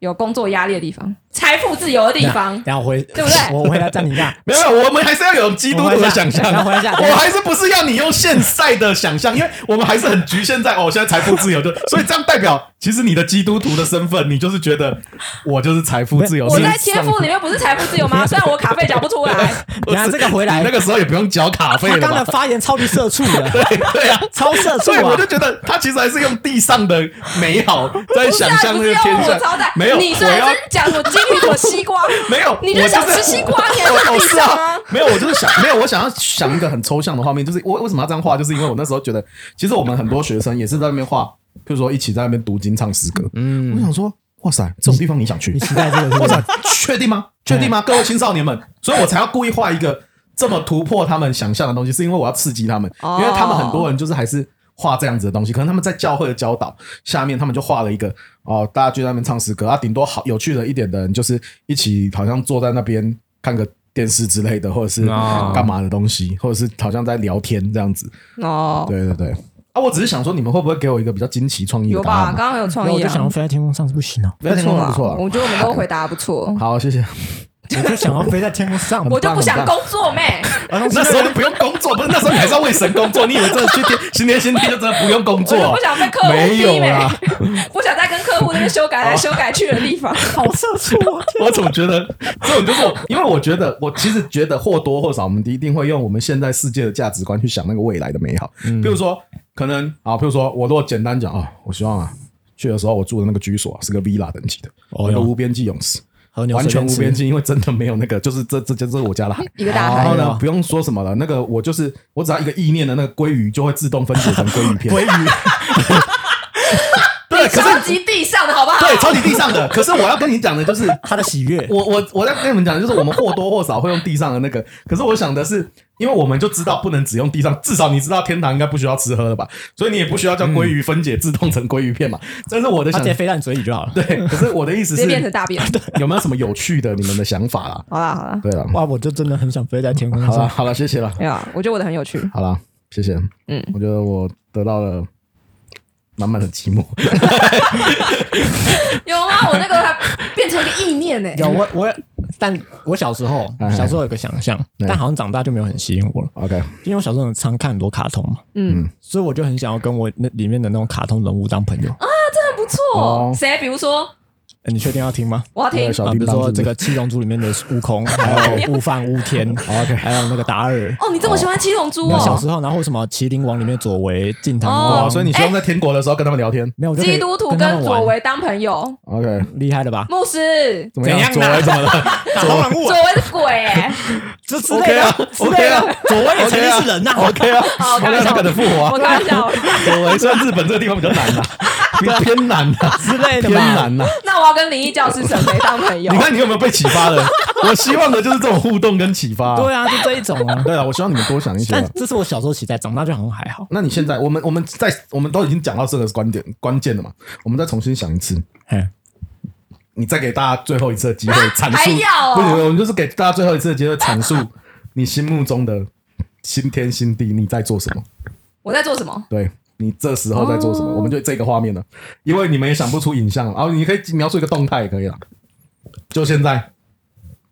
Speaker 2: 有工作压力的地方，财富自由的地方。
Speaker 3: 然后回
Speaker 2: 对不对
Speaker 3: 我我回来暂停一下，
Speaker 1: 没有，没有我们还是要有基督徒的想象。
Speaker 3: 我回来一下
Speaker 1: 我还是不是要你用现在的想象，因为我们还是很局限在哦，现在财富自由就，所以这样代表，其实你的基督徒的身份，你就是觉得我就是财富自由。
Speaker 2: 我
Speaker 1: 是
Speaker 2: 在天赋里面不是财富自由 吗？虽然我卡费缴不出来，
Speaker 3: 等一下这个回来
Speaker 1: 你那，个时候也不用缴卡费
Speaker 3: 他
Speaker 1: 了
Speaker 3: 刚的
Speaker 1: 吧？
Speaker 3: 发言超级社畜的，
Speaker 1: 对啊，
Speaker 3: 超社畜
Speaker 1: 所以我就
Speaker 3: 啊！
Speaker 1: 觉得他其实还是用地上的美好在
Speaker 2: 不是
Speaker 1: 想
Speaker 2: 啊，
Speaker 1: 象
Speaker 2: 不
Speaker 1: 那
Speaker 2: 是
Speaker 1: 个
Speaker 2: 要
Speaker 1: 天
Speaker 2: 我
Speaker 1: 上
Speaker 2: 超赞。。
Speaker 1: 没有，
Speaker 2: 你
Speaker 1: 我
Speaker 2: 虽然
Speaker 1: 要
Speaker 2: 真讲什么金鱼什么西瓜，
Speaker 1: 没有，
Speaker 2: 你就
Speaker 1: 我
Speaker 2: 想
Speaker 1: 是
Speaker 2: 吃西瓜，你还是
Speaker 1: 我
Speaker 2: 地
Speaker 1: 我是
Speaker 2: 上啊
Speaker 1: 啊？，没有，我就是想，没有，我想要想一个很抽象的画面，就是我为什么要这样画，就是因为我那时候觉得，其实我们很多学生也是在那边画，譬如说一起在那边读经、唱诗歌。嗯，我想说，哇塞，这种地方你想去
Speaker 3: 你？期待这个是
Speaker 1: 哇
Speaker 3: 不是
Speaker 2: 哎
Speaker 1: 塞？，确定吗？确定吗？各位青少年们，所以我才要故意画一个这么突破他们想象的东西，是因为我要刺激他们，
Speaker 2: 哦
Speaker 1: 因为他们很多人就是还是画这样子的东西，可能他们在教会的教导下面，他们就画了一个哦、大家就在那边唱诗歌啊，顶多好有趣的一点的人就是一起好像坐在那边看个电视之类的，或者是
Speaker 2: 啊
Speaker 3: 哦
Speaker 1: 干嘛的东西，或者是好像在聊天这样子。
Speaker 2: 哦，
Speaker 1: 对对对，啊，我只是想说，你们会不会给我一个比较惊奇创意的
Speaker 2: 有
Speaker 1: 答
Speaker 2: 吧？
Speaker 1: 案？啊
Speaker 2: 刚刚有
Speaker 3: 那
Speaker 2: 创
Speaker 3: 我
Speaker 2: 意
Speaker 3: 就想要
Speaker 2: 啊，
Speaker 3: 飞在天空上是不行哦，
Speaker 1: 不要听说不
Speaker 2: 啊
Speaker 1: 错啊，。
Speaker 2: 我觉得我们都回答不错
Speaker 1: 好，谢谢。
Speaker 3: 我就想要飞在天空上。
Speaker 2: 我就不想工作妹，
Speaker 1: 那时候就不用工作，不是那时候你还是要为神工作，你以为真的去天新天新地就真的不用工
Speaker 2: 我就
Speaker 1: 作
Speaker 2: 不？想被客户
Speaker 1: 没
Speaker 2: 逼
Speaker 1: 有
Speaker 2: 妹
Speaker 1: 啦，
Speaker 2: 不想再跟客户那边修改来修改去的地方。
Speaker 3: 好社畜哦，
Speaker 1: 我总觉得这种就是我，因为我觉得我其实觉得或多或少，我们一定会用我们现在世界的价值观去想那个未来的美好。比如说，可能啊，比如说我如果简单讲啊，我希望啊去的时候我住的那个居所、啊、是个 villa 等级的，
Speaker 3: 哦哟
Speaker 1: 有个无边际泳池。
Speaker 3: 和牛
Speaker 1: 完
Speaker 3: 随
Speaker 1: 全
Speaker 3: 便
Speaker 1: 无
Speaker 3: 吃
Speaker 1: 边。际，因为真的没有那个，就是这这这这是我家的海，
Speaker 2: 一个大海
Speaker 1: 然后呢
Speaker 3: 哦，
Speaker 1: 不用说什么了，那个我就是我只要一个意念的那个鲑鱼就会自动分解成鲑鱼 片，鲑鱼。对，可
Speaker 2: 超
Speaker 1: 是
Speaker 2: 级地上的好不好？
Speaker 1: 对超级地上的，可是我要跟你讲的就是，
Speaker 3: 他的喜悦，
Speaker 1: 我我我在跟你们讲，就是我们或多或少会用地上的那个，可是我想的是，因为我们就知道不能只用地上，至少你知道天堂应该不需要吃喝了吧，所以你也不需要叫鲑鱼分解自动成鲑鱼片嘛。这是我的
Speaker 3: 他
Speaker 1: 想
Speaker 3: 直接飞到你嘴里就好了。
Speaker 1: 哦对，可是我的意思
Speaker 2: 直接，
Speaker 1: 是
Speaker 2: 变成大便。
Speaker 1: 有没有什么有趣的你们的想法啦？
Speaker 2: 好啦好啦，
Speaker 1: 对了，
Speaker 3: 哇，我就真的很想飞在天空
Speaker 1: 好了，
Speaker 3: 上。
Speaker 1: 好了，谢谢了，
Speaker 2: 没有啊，我觉得我的很有趣。
Speaker 1: 好了，谢谢。
Speaker 2: 嗯，
Speaker 1: 我觉得我得到了满满的寂寞。
Speaker 2: 有啊，我那个还变成一个意念呢、欸
Speaker 3: 有我我，但我小时候
Speaker 1: 哎
Speaker 3: 小时候有个想象，
Speaker 1: 哎
Speaker 3: 但好像长大就没有很吸引我了，
Speaker 1: OK，
Speaker 3: 因为我小时候很常看很多卡通嘛，
Speaker 2: 嗯，
Speaker 3: 所以我就很想要跟我那里面的那种卡通人物当朋友。
Speaker 2: 那不错。
Speaker 1: 哦
Speaker 2: 谁、比如说，
Speaker 3: 哎你确定要听吗？
Speaker 2: 我要
Speaker 1: 那
Speaker 2: 听
Speaker 1: 个小
Speaker 3: 啊，比如
Speaker 1: 叮当
Speaker 3: 说
Speaker 1: 是不
Speaker 3: 这
Speaker 1: 是
Speaker 3: 个《七龙珠》里面的悟 空，还有悟饭、悟天
Speaker 1: 哦
Speaker 3: ，OK，还有那个达尔。
Speaker 2: 哦，你这么喜欢七龙珠
Speaker 3: 没有小
Speaker 2: 哦？
Speaker 3: 时候，然后为什么《麒麟王》里面佐为进堂
Speaker 2: 哦
Speaker 1: 哦，
Speaker 3: 光，
Speaker 1: 所以你希望在天国的时候跟他们聊天
Speaker 3: 没有我就可以
Speaker 2: 基督徒
Speaker 3: 跟他
Speaker 2: 跟
Speaker 3: 们
Speaker 2: 左
Speaker 3: 玩
Speaker 2: 为当朋友，
Speaker 1: ？OK，
Speaker 3: 厉害了吧？
Speaker 2: 牧师
Speaker 1: 怎么样？
Speaker 3: 怎
Speaker 1: 左
Speaker 3: 样啊
Speaker 1: 为怎么了
Speaker 3: 卡通人物
Speaker 2: 左为是鬼哎、
Speaker 3: 这之类
Speaker 1: 啊？OK
Speaker 3: 的
Speaker 1: 啊
Speaker 3: 之类
Speaker 1: ，OK
Speaker 3: 的
Speaker 1: 啊，
Speaker 3: 佐为也曾
Speaker 1: OK 啊
Speaker 3: 经是人呐。
Speaker 1: ，OK 啊
Speaker 2: 好开玩
Speaker 1: ，OK，
Speaker 2: 笑
Speaker 1: 他可能复活
Speaker 2: 我
Speaker 1: 啊。
Speaker 2: 开玩笑。
Speaker 1: 左为虽然日本这个地方比较难啊，比偏难啊，
Speaker 3: 之类的
Speaker 1: 偏
Speaker 3: 嘛
Speaker 1: 难啊。
Speaker 2: 那我要跟灵异教师沈培当朋友
Speaker 1: 你。看你有没有被启发了？我希望的就是这种互动跟启发。
Speaker 3: 对啊，就这一种啊。
Speaker 1: 对啊，我希望你们多想一些啊
Speaker 3: 但。这是我小时候期待，长大就好像还好。
Speaker 1: 那你现在，我们我们在我们都已经讲到这个观点关键了嘛？我们再重新想一次，
Speaker 3: 嘿
Speaker 1: 你再给大家最后一次的机会阐述，
Speaker 2: 还要哦
Speaker 1: 不行，我们就是给大家最后一次的机会阐述你心目中的新天新地，你在做什么？
Speaker 2: 我在做什么？
Speaker 1: 对你这时候在做什么？我们就这个画面了，因为你们也想不出影像了，然后你可以描述一个动态也可以了。就现在，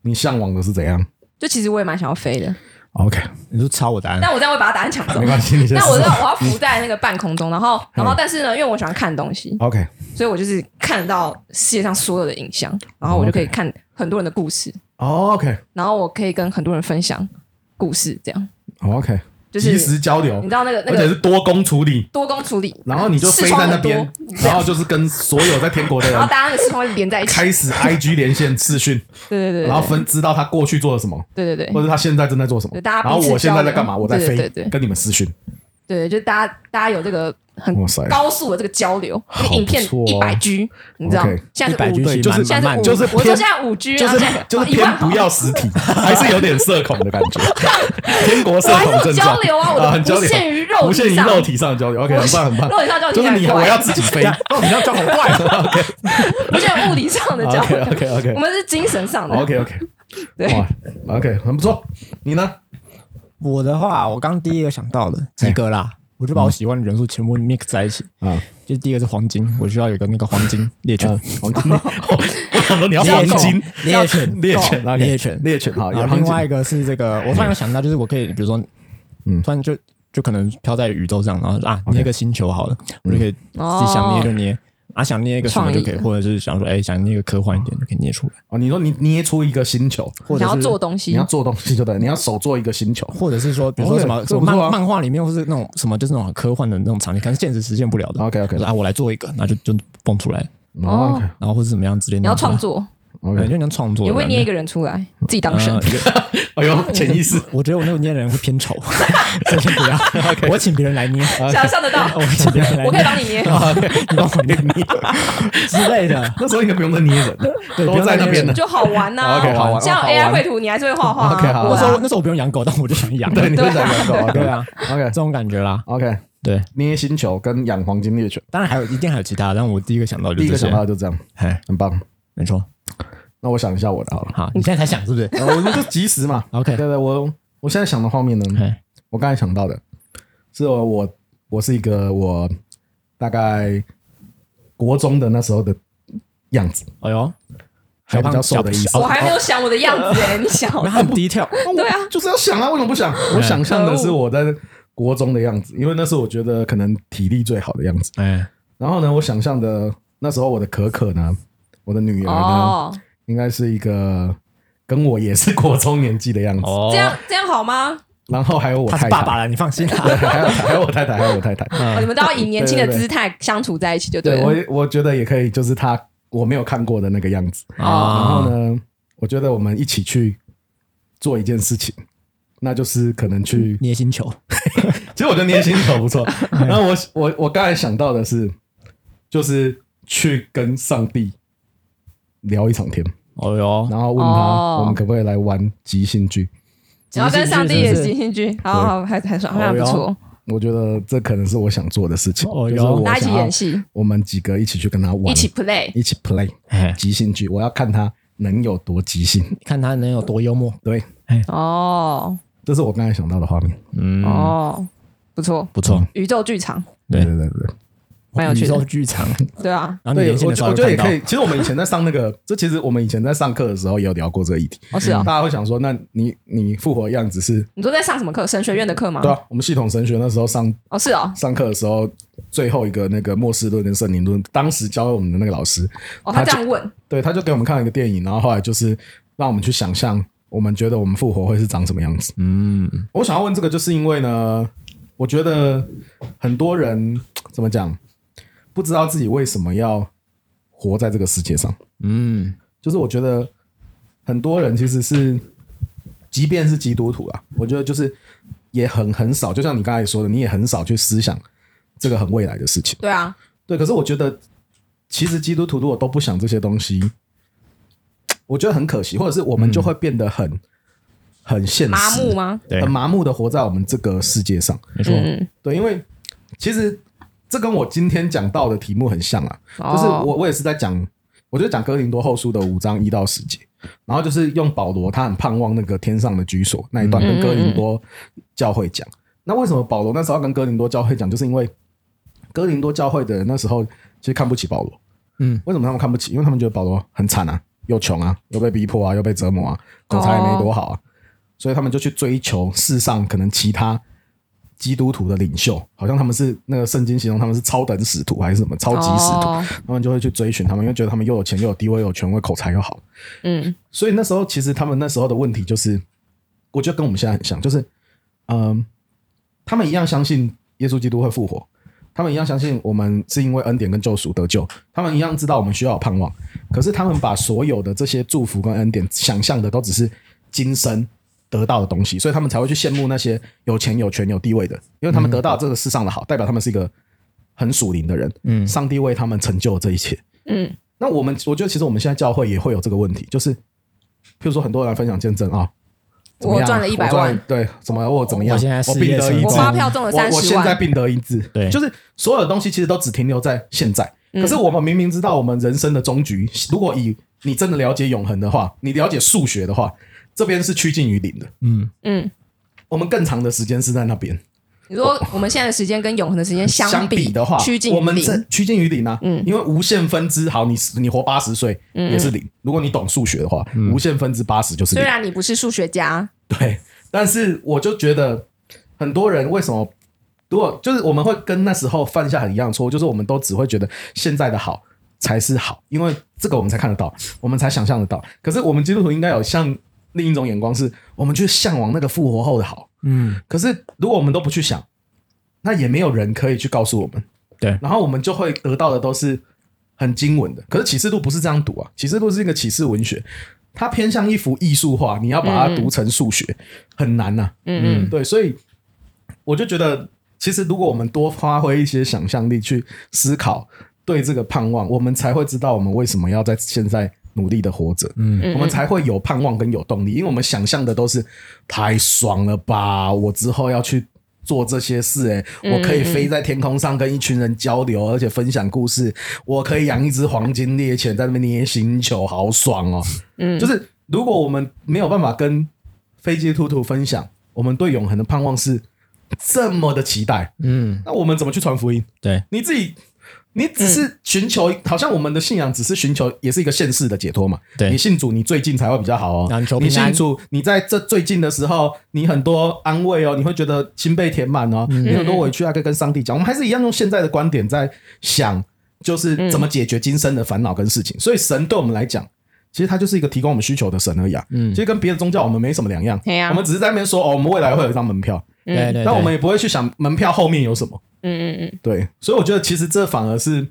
Speaker 1: 你向往的是怎样
Speaker 2: 就其实我也蛮想要飞的，
Speaker 1: ？OK，
Speaker 3: 你就抄我答案，
Speaker 2: 但我这样会把答案抢走
Speaker 1: 没。关系，你先
Speaker 2: 那我
Speaker 1: 说
Speaker 2: 要我要浮在那个半空中，然后然后但是呢，因为我喜欢看东西，
Speaker 1: OK，
Speaker 2: 所以我就是看得到世界上所有的影像，然后我就可以看很多人的故事，
Speaker 1: 哦，OK，
Speaker 2: 然后我可以跟很多人分享故事，这样
Speaker 1: 哦，OK，
Speaker 2: 就是
Speaker 1: 及时交流
Speaker 2: 你知，道那个那
Speaker 1: 而且
Speaker 2: 个
Speaker 1: 是多工处理。
Speaker 2: 多工处理，
Speaker 1: 然后你就
Speaker 2: 视
Speaker 1: 飞
Speaker 2: 窗
Speaker 1: 在那
Speaker 2: 很多
Speaker 1: 边，然后就是跟所有在天国的
Speaker 2: 然后
Speaker 1: 人
Speaker 2: 大家那个视窗会连在一起，
Speaker 1: 开始 IG 连线视讯，
Speaker 2: 对对对，
Speaker 1: 然后分知道他过去做了什么，
Speaker 2: 对对对
Speaker 1: 或者他现在正在做什么，
Speaker 2: 对大家
Speaker 1: 然
Speaker 2: 彼此
Speaker 1: 后我现在在干嘛，
Speaker 2: 交流
Speaker 1: 我在飞，
Speaker 2: 对对对
Speaker 1: 跟你们视讯。
Speaker 2: 对，就大家大家有这个很
Speaker 1: 哇塞
Speaker 2: 高速的这个交流，那
Speaker 1: 好
Speaker 2: 个影片
Speaker 1: 不错哦
Speaker 2: 一百 G，你知道
Speaker 1: OK，
Speaker 2: 现在是
Speaker 3: 100G
Speaker 2: 五
Speaker 1: 对，就是
Speaker 3: 其实蛮
Speaker 2: 现在
Speaker 3: 慢
Speaker 2: 是
Speaker 3: 慢
Speaker 2: 五，
Speaker 1: 就是
Speaker 2: 嗯我
Speaker 1: 偏
Speaker 2: 说现在五 G，
Speaker 1: 就
Speaker 2: 然后
Speaker 1: 是
Speaker 2: 现在哦
Speaker 1: 就是
Speaker 2: 一万
Speaker 1: 偏不要实体，还是有点社恐的感 觉。天国社
Speaker 2: 我还
Speaker 1: 恐
Speaker 2: 是有
Speaker 1: 症状
Speaker 2: 交流啊，我
Speaker 1: 啊，
Speaker 2: 的
Speaker 1: 很交
Speaker 2: 不
Speaker 1: 流，
Speaker 2: 限于肉
Speaker 1: 不限
Speaker 2: 体
Speaker 1: 于
Speaker 2: 上，
Speaker 1: 肉体上的交流。OK，很棒很棒
Speaker 2: 肉。体上交流
Speaker 1: 就是你
Speaker 2: 很
Speaker 1: 我
Speaker 2: 怪
Speaker 1: 要自己
Speaker 3: 这
Speaker 1: 飞
Speaker 3: 样哦，你要抓好怪
Speaker 1: 啊
Speaker 3: 哦。
Speaker 2: 不限于物理上的交
Speaker 1: ，OK
Speaker 2: 流，
Speaker 1: OK OK
Speaker 2: 我们是精神上的，
Speaker 1: OK OK，
Speaker 2: 对，
Speaker 1: 哇，OK 很不错。你呢？
Speaker 3: 我的话，我刚第一个想到的几个
Speaker 1: 嗯
Speaker 3: 啦，我就把我喜欢的元素全部 mix 在一起。
Speaker 1: 啊，
Speaker 3: 就是第一个是黄金，我需要有一个那个黄金猎犬
Speaker 1: 嗯，，黄金，我我想说你要
Speaker 3: 猎
Speaker 1: 黄金
Speaker 3: 犬，猎犬，
Speaker 1: 猎犬
Speaker 3: 狗，
Speaker 1: OK
Speaker 3: 猎犬，
Speaker 1: 猎犬好，有
Speaker 3: 然后啊
Speaker 1: 黄
Speaker 3: 另
Speaker 1: 金
Speaker 3: 外一个是这 个，我突然有想到，就是我可以，比如说，
Speaker 1: 嗯
Speaker 3: 突然就就可能飘在宇宙上，然后啊捏个星球好了，我就可以自己想捏就捏，啊想捏一个什么就可以，
Speaker 2: 哦创意
Speaker 3: 或者是想说哎想捏个科幻一点就可以捏出来，
Speaker 1: 哦，你说你捏出一个星球，
Speaker 3: 或者
Speaker 2: 想要
Speaker 3: 是
Speaker 2: 做东
Speaker 1: 你
Speaker 2: 西
Speaker 1: 要，做东西就对，你要手做一个星球。
Speaker 3: 或者是说比如说什么
Speaker 1: OK，
Speaker 3: 什
Speaker 1: 这
Speaker 3: 么
Speaker 1: 不错啊
Speaker 3: 漫漫画里面，或是那种什么就是那种很科幻的那种场景，可能现实实现不 了的
Speaker 1: OK，OK
Speaker 3: 我说啊我来做一个，那就就蹦出来，
Speaker 1: 哦
Speaker 2: 哦
Speaker 1: ，OK，
Speaker 3: 然后或是怎么样之类的，
Speaker 1: 嗯
Speaker 2: 你要创作，
Speaker 3: 对，
Speaker 1: ，OK，
Speaker 3: 就能创作
Speaker 2: 也
Speaker 3: 的
Speaker 2: 会
Speaker 3: 感觉。
Speaker 2: 捏一个人出来，自己当 神
Speaker 3: 呃。
Speaker 1: 哎呦，潜意识，
Speaker 3: 我觉得我那个捏的人会偏 丑，所以先 不要。我请别人来捏，
Speaker 2: 想象得到，
Speaker 3: 我请别人嗯来捏，
Speaker 2: 我可以帮你 捏。
Speaker 3: 啊你帮我捏捏之类 的。
Speaker 1: 那时候应该不用再捏人，
Speaker 3: 对
Speaker 1: 都在那边的。
Speaker 2: 就好玩呐、
Speaker 1: OK，好玩
Speaker 2: 像
Speaker 1: 好玩
Speaker 2: AI 绘图，你还是会画画、啊。
Speaker 1: OK，好
Speaker 2: 对
Speaker 3: 那时候
Speaker 2: 啊
Speaker 3: 那时候我不用养狗，但我就想养。
Speaker 1: 对，你
Speaker 2: 对
Speaker 1: 会在养 狗，
Speaker 3: 对 啊，
Speaker 1: ，OK
Speaker 3: 这种感觉啦。
Speaker 1: OK，
Speaker 3: 对，
Speaker 1: 捏星球跟养黄金猎犬，
Speaker 3: 当然还有一定还有其他，但我第一个想到就
Speaker 1: 第一
Speaker 3: 这
Speaker 1: 个
Speaker 3: 些
Speaker 1: 想。到的就这样，
Speaker 3: 哎，
Speaker 1: 很棒。
Speaker 3: 没错。
Speaker 1: 那我想一下我的好 了，
Speaker 3: 好，你现在才想是不是
Speaker 1: 呃我们就及时嘛
Speaker 3: OK
Speaker 1: 对对，我我现在想的画面呢，
Speaker 3: 哎
Speaker 1: 我刚才想到的是我我我是一个我大概国中的那时候的样子，
Speaker 3: 哎呦，
Speaker 1: 还比较瘦的意思
Speaker 3: 小。
Speaker 2: 我还没有想我的样子哎、你想
Speaker 3: 那很低调。
Speaker 1: 那我
Speaker 2: 对啊
Speaker 1: 就是要想啊，为什么不想？我想象的是我在国中的样子，因为那是我觉得可能体力最好的样子。
Speaker 3: 哎，
Speaker 1: 然后呢，我想象的那时候我的可可呢，我的女儿呢，
Speaker 2: 哦，
Speaker 1: 应该是一个跟我也是国中年纪的样子。
Speaker 3: 哦
Speaker 2: 这样这样好吗？
Speaker 1: 然后还有我
Speaker 3: 他
Speaker 1: 太
Speaker 3: 是
Speaker 1: 太，
Speaker 3: 爸爸了，你放心啦。
Speaker 1: 对，还有还有我太太，还有我太太。
Speaker 2: 哦你们都要以年轻的
Speaker 1: 对对对
Speaker 2: 姿态相处在一起就
Speaker 1: 对
Speaker 2: 了。
Speaker 1: 我我觉得也可以，就是她我没有看过的那个样哦子。然后
Speaker 3: 啊，
Speaker 1: 呢，我觉得我们一起去做一件事情，那就是可能去。
Speaker 3: 捏星球，
Speaker 1: 嗯其实我觉得捏星球不错。 然后我我我刚才想到的是，就是去跟上帝聊一场天，
Speaker 3: 哦哟，
Speaker 1: 然后问他
Speaker 2: 哦
Speaker 1: 我们可不可以来玩即兴剧。
Speaker 2: 然后跟上帝也
Speaker 3: 即兴剧是不是
Speaker 2: 即兴剧，好好还还算还哦算不错，
Speaker 1: 我觉得这可能是我想做的事情，
Speaker 3: 哎哦
Speaker 1: 就是
Speaker 3: 哟
Speaker 1: 我
Speaker 2: 大家一起
Speaker 1: 想要
Speaker 2: 演戏，
Speaker 1: 我们几个一起去跟他玩，
Speaker 2: 一起 play。
Speaker 1: 一起 play
Speaker 3: 哎，
Speaker 1: 即兴剧，我要看他能有多即兴。
Speaker 3: 看他能有多幽默。
Speaker 1: 对，
Speaker 2: 哦
Speaker 1: 这是我刚才想到的画面。
Speaker 3: 嗯，
Speaker 2: 哦，不错，
Speaker 3: 不错。
Speaker 2: 宇宙剧场
Speaker 3: 对
Speaker 1: 对对对，
Speaker 2: 蛮有
Speaker 3: 嗯
Speaker 2: 趣
Speaker 3: 宇
Speaker 2: 的
Speaker 3: 宙剧场，
Speaker 2: 对啊，
Speaker 3: 然后你
Speaker 1: 对
Speaker 3: 年轻
Speaker 1: 我
Speaker 3: 的时
Speaker 1: 觉
Speaker 3: 候
Speaker 1: 我觉得也
Speaker 3: 看到
Speaker 1: 可以。其实我们以前在上那个，这其实我们以前在上课的时候也有聊过这个议题。嗯
Speaker 2: 哦是哦，
Speaker 1: 大家会想说，那你你复活的样子是
Speaker 2: 你都在上什么课？神学院的课吗？
Speaker 1: 对啊，我们系统神学那时候上
Speaker 2: 哦是哦，
Speaker 1: 上课的时候，最后一个那个末世论跟圣灵论，当时教我们的那个老师，
Speaker 2: 哦他
Speaker 1: 他就
Speaker 2: 这样问，
Speaker 1: 对，他就给我们看了一个电影，然后后来就是让我们去想象，我们觉得我们复活会是长什么样子。
Speaker 3: 嗯，
Speaker 1: 我想要问这个，就是因为呢，我觉得很多人怎么讲，不知道自己为什么要活在这个世界上。
Speaker 3: 嗯，
Speaker 1: 就是我觉得很多人其实是，即便是基督徒啊，我觉得就是也很很少，就像你刚才说的，你也很少去思想这个很未来的事情。
Speaker 2: 对啊，
Speaker 1: 对，可是我觉得其实基督徒如果都不想这些东西，我觉得很可惜，或者是我们就会变得很、很现实、
Speaker 2: 麻木吗？
Speaker 3: 对
Speaker 1: 很麻木的活在我们这个世界上。
Speaker 3: 没错，
Speaker 2: 嗯，
Speaker 1: 对，因为其实这跟我今天讲到的题目很像啊，
Speaker 2: 哦
Speaker 1: 就是我我也是在讲，我就讲哥林多后书的五章一到十节，然后就是用保罗他很盼望那个天上的居所那一段跟哥林多教会讲。那为什么保罗那时候要跟哥林多教会讲？就是因为哥林多教会的人那时候其实看不起保罗，
Speaker 3: 嗯，
Speaker 1: 为什么他们看不起？因为他们觉得保罗很惨啊，又穷啊，又被逼迫啊，又被折磨啊，口才也没多好啊，所以他们就去追求世上可能其他基督徒的领袖，好像他们是那个圣经形容他们是超等使徒还是什么超级使徒，
Speaker 2: 哦
Speaker 1: 他们就会去追寻他们，因为觉得他们又有钱又有地位又有权威，口才又好。
Speaker 2: 嗯，
Speaker 1: 所以那时候其实他们那时候的问题就是，我觉得跟我们现在很像，就是嗯、他们一样相信耶稣基督会复活，他们一样相信我们是因为恩典跟救赎得救，他们一样知道我们需要有盼望，可是他们把所有的这些祝福跟恩典想象的都只是今生。得到的东西，所以他们才会去羡慕那些有钱、有权、有地位的，因为他们得到这个世上的好，代表他们是一个很属灵的人。
Speaker 3: 嗯
Speaker 1: 上帝为他们成就了这一切。
Speaker 2: 嗯，
Speaker 1: 那我们我觉得其实我们现在教会也会有这个问题，就是譬如说很多人来分享见证啊，怎么样
Speaker 2: 我赚了
Speaker 1: 我
Speaker 2: 100万
Speaker 1: 赚了对，怎么哦我怎么样，
Speaker 3: 我现在事
Speaker 1: 病
Speaker 3: 业
Speaker 1: 得
Speaker 3: 成
Speaker 1: 一
Speaker 3: 功
Speaker 2: 我
Speaker 1: 治
Speaker 2: 发票中了
Speaker 1: 我
Speaker 2: 三
Speaker 1: 我
Speaker 2: 十
Speaker 1: 现在
Speaker 2: 万，
Speaker 1: 病得一治，
Speaker 3: 对
Speaker 1: 就是所有东西其实都只停留在现在。
Speaker 2: 嗯
Speaker 1: 可是我们明明知道我们人生的终局，如果以你真的了解永恒的话，你了解数学的话，这边是趋近于零的。
Speaker 3: 嗯，
Speaker 2: 嗯，
Speaker 1: 我们更长的时间是在那边。
Speaker 2: 你说我们现在的时间跟永恒的时间
Speaker 1: 相
Speaker 2: 比
Speaker 1: 的话，
Speaker 2: 趋近于
Speaker 1: 我们这
Speaker 2: 零，
Speaker 1: 趋近于零啊。
Speaker 2: 嗯
Speaker 1: 因为无限分之，好，你你活八十岁也是零。如果你懂数学的话，
Speaker 3: 嗯
Speaker 1: 无限分之八十就是
Speaker 2: 虽
Speaker 1: 零。
Speaker 2: 然你不是数学家，
Speaker 1: 对，但是我就觉得很多人为什么，如果就是我们会跟那时候犯下很一样的错误，就是我们都只会觉得现在的好才是好，因为这个我们才看得到，我们才想象得到。可是我们基督徒应该有像另一种眼光是，我们去向往那个复活后的好。
Speaker 3: 嗯，
Speaker 1: 可是如果我们都不去想，那也没有人可以去告诉我们。
Speaker 3: 对
Speaker 1: 然后我们就会得到的都是很经文的。可是启示录不是这样读啊，启示录是一个启示文学，它偏向一幅艺术画，你要把它读成数学、很难呐、
Speaker 2: 嗯
Speaker 1: 对，所以我就觉得，其实如果我们多发挥一些想象力去思考对这个盼望，我们才会知道我们为什么要在现在努力的活着。嗯，我们才会有盼望跟有动力，因为我们想象的都是太爽了吧，我之后要去。做这些事、欸，哎，我可以飞在天空上跟一群人交流，而且分享故事。我可以养一只黄金猎犬在那边捏星球，好爽哦！嗯，就是如果我们没有办法跟飞机兔兔分享，我们对永恒的盼望是这么的期待，
Speaker 3: 嗯，
Speaker 1: 那我们怎么去传福音？
Speaker 3: 对，
Speaker 1: 你自己，你只是
Speaker 3: 嗯
Speaker 1: 寻求，好像我们的信仰只是寻求，也是一个现世的解脱嘛。
Speaker 3: 对
Speaker 1: 你信主，你最近才会比较好
Speaker 3: 然后
Speaker 1: 哦
Speaker 3: 你。求
Speaker 1: 你
Speaker 3: 平安
Speaker 1: 信主，你在这最近的时候，你很多安慰哦，你会觉得心被填满哦，
Speaker 3: 嗯
Speaker 1: 你很多委屈啊，可以跟上帝讲。我们还是一样用现在的观点在想，
Speaker 3: 嗯
Speaker 1: 就是怎么解决今生的烦恼跟事情。所以神对我们来讲。其实他就是一个提供我们需求的神而已啊，嗯，其实跟别的宗教我们没什么两样，
Speaker 2: 对啊
Speaker 1: 我们只是在那边说哦，我们未来会有一张门票，
Speaker 3: 对对对，
Speaker 1: 但我们也不会去想门票后面有什么，
Speaker 2: 嗯嗯
Speaker 1: 对，所以我觉得其实这反而是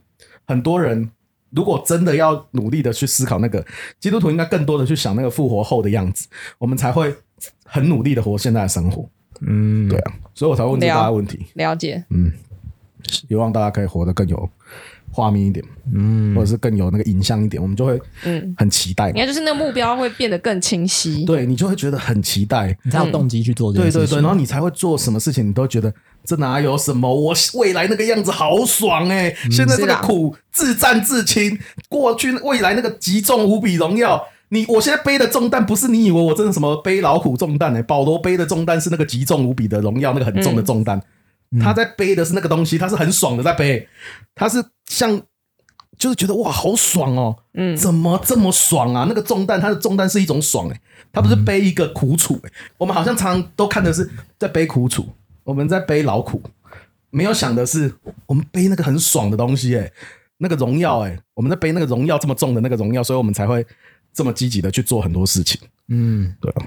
Speaker 1: 很多人如果真的要努力的去思考那个基督徒，应该更多的去想那个复活后的样子，我们才会很努力的活现在的生活。
Speaker 3: 嗯，
Speaker 1: 对啊，所以我才问这大家问题，
Speaker 2: 了解。
Speaker 1: 嗯希望大家可以活得更有画面一点，嗯，或者是更有那个影像一点，我们就会
Speaker 2: 嗯
Speaker 1: 很期待
Speaker 2: 应
Speaker 1: 嘛。
Speaker 2: 该就是那个目标会变得更清晰。
Speaker 1: 对你就会觉得很期待，
Speaker 3: 你才
Speaker 2: 嗯
Speaker 3: 有动机去做这
Speaker 1: 对
Speaker 3: 件事
Speaker 1: 对
Speaker 3: 情。
Speaker 1: 对，然后你才会做什么事情，你都觉得这哪有什么？我未来那个样子好爽哎、
Speaker 3: 嗯
Speaker 1: 现在这
Speaker 2: 是
Speaker 1: 个
Speaker 2: 啊
Speaker 1: 苦自战自清，过去未来那个极重无比荣耀。你我现在背的重担不是你以为我真的什么背劳苦重担哎、保罗背的重担是那个极重无比的荣耀，那个很重的重担。
Speaker 3: 嗯
Speaker 1: 他在背的是那个东西，他是很爽的在背，他是像就是觉得哇好爽哦，
Speaker 2: 嗯
Speaker 1: 怎么这么爽啊？那个重担，他的重担是一种爽哎、他不是背一个苦楚哎、我们好像常常都看的是在背苦楚，我们在背劳苦，没有想的是我们背那个很爽的东西哎、那个荣耀哎、我们在背那个荣耀这么重的那个荣耀，所以我们才会这么积极的去做很多事情。
Speaker 3: 嗯，
Speaker 1: 对啊，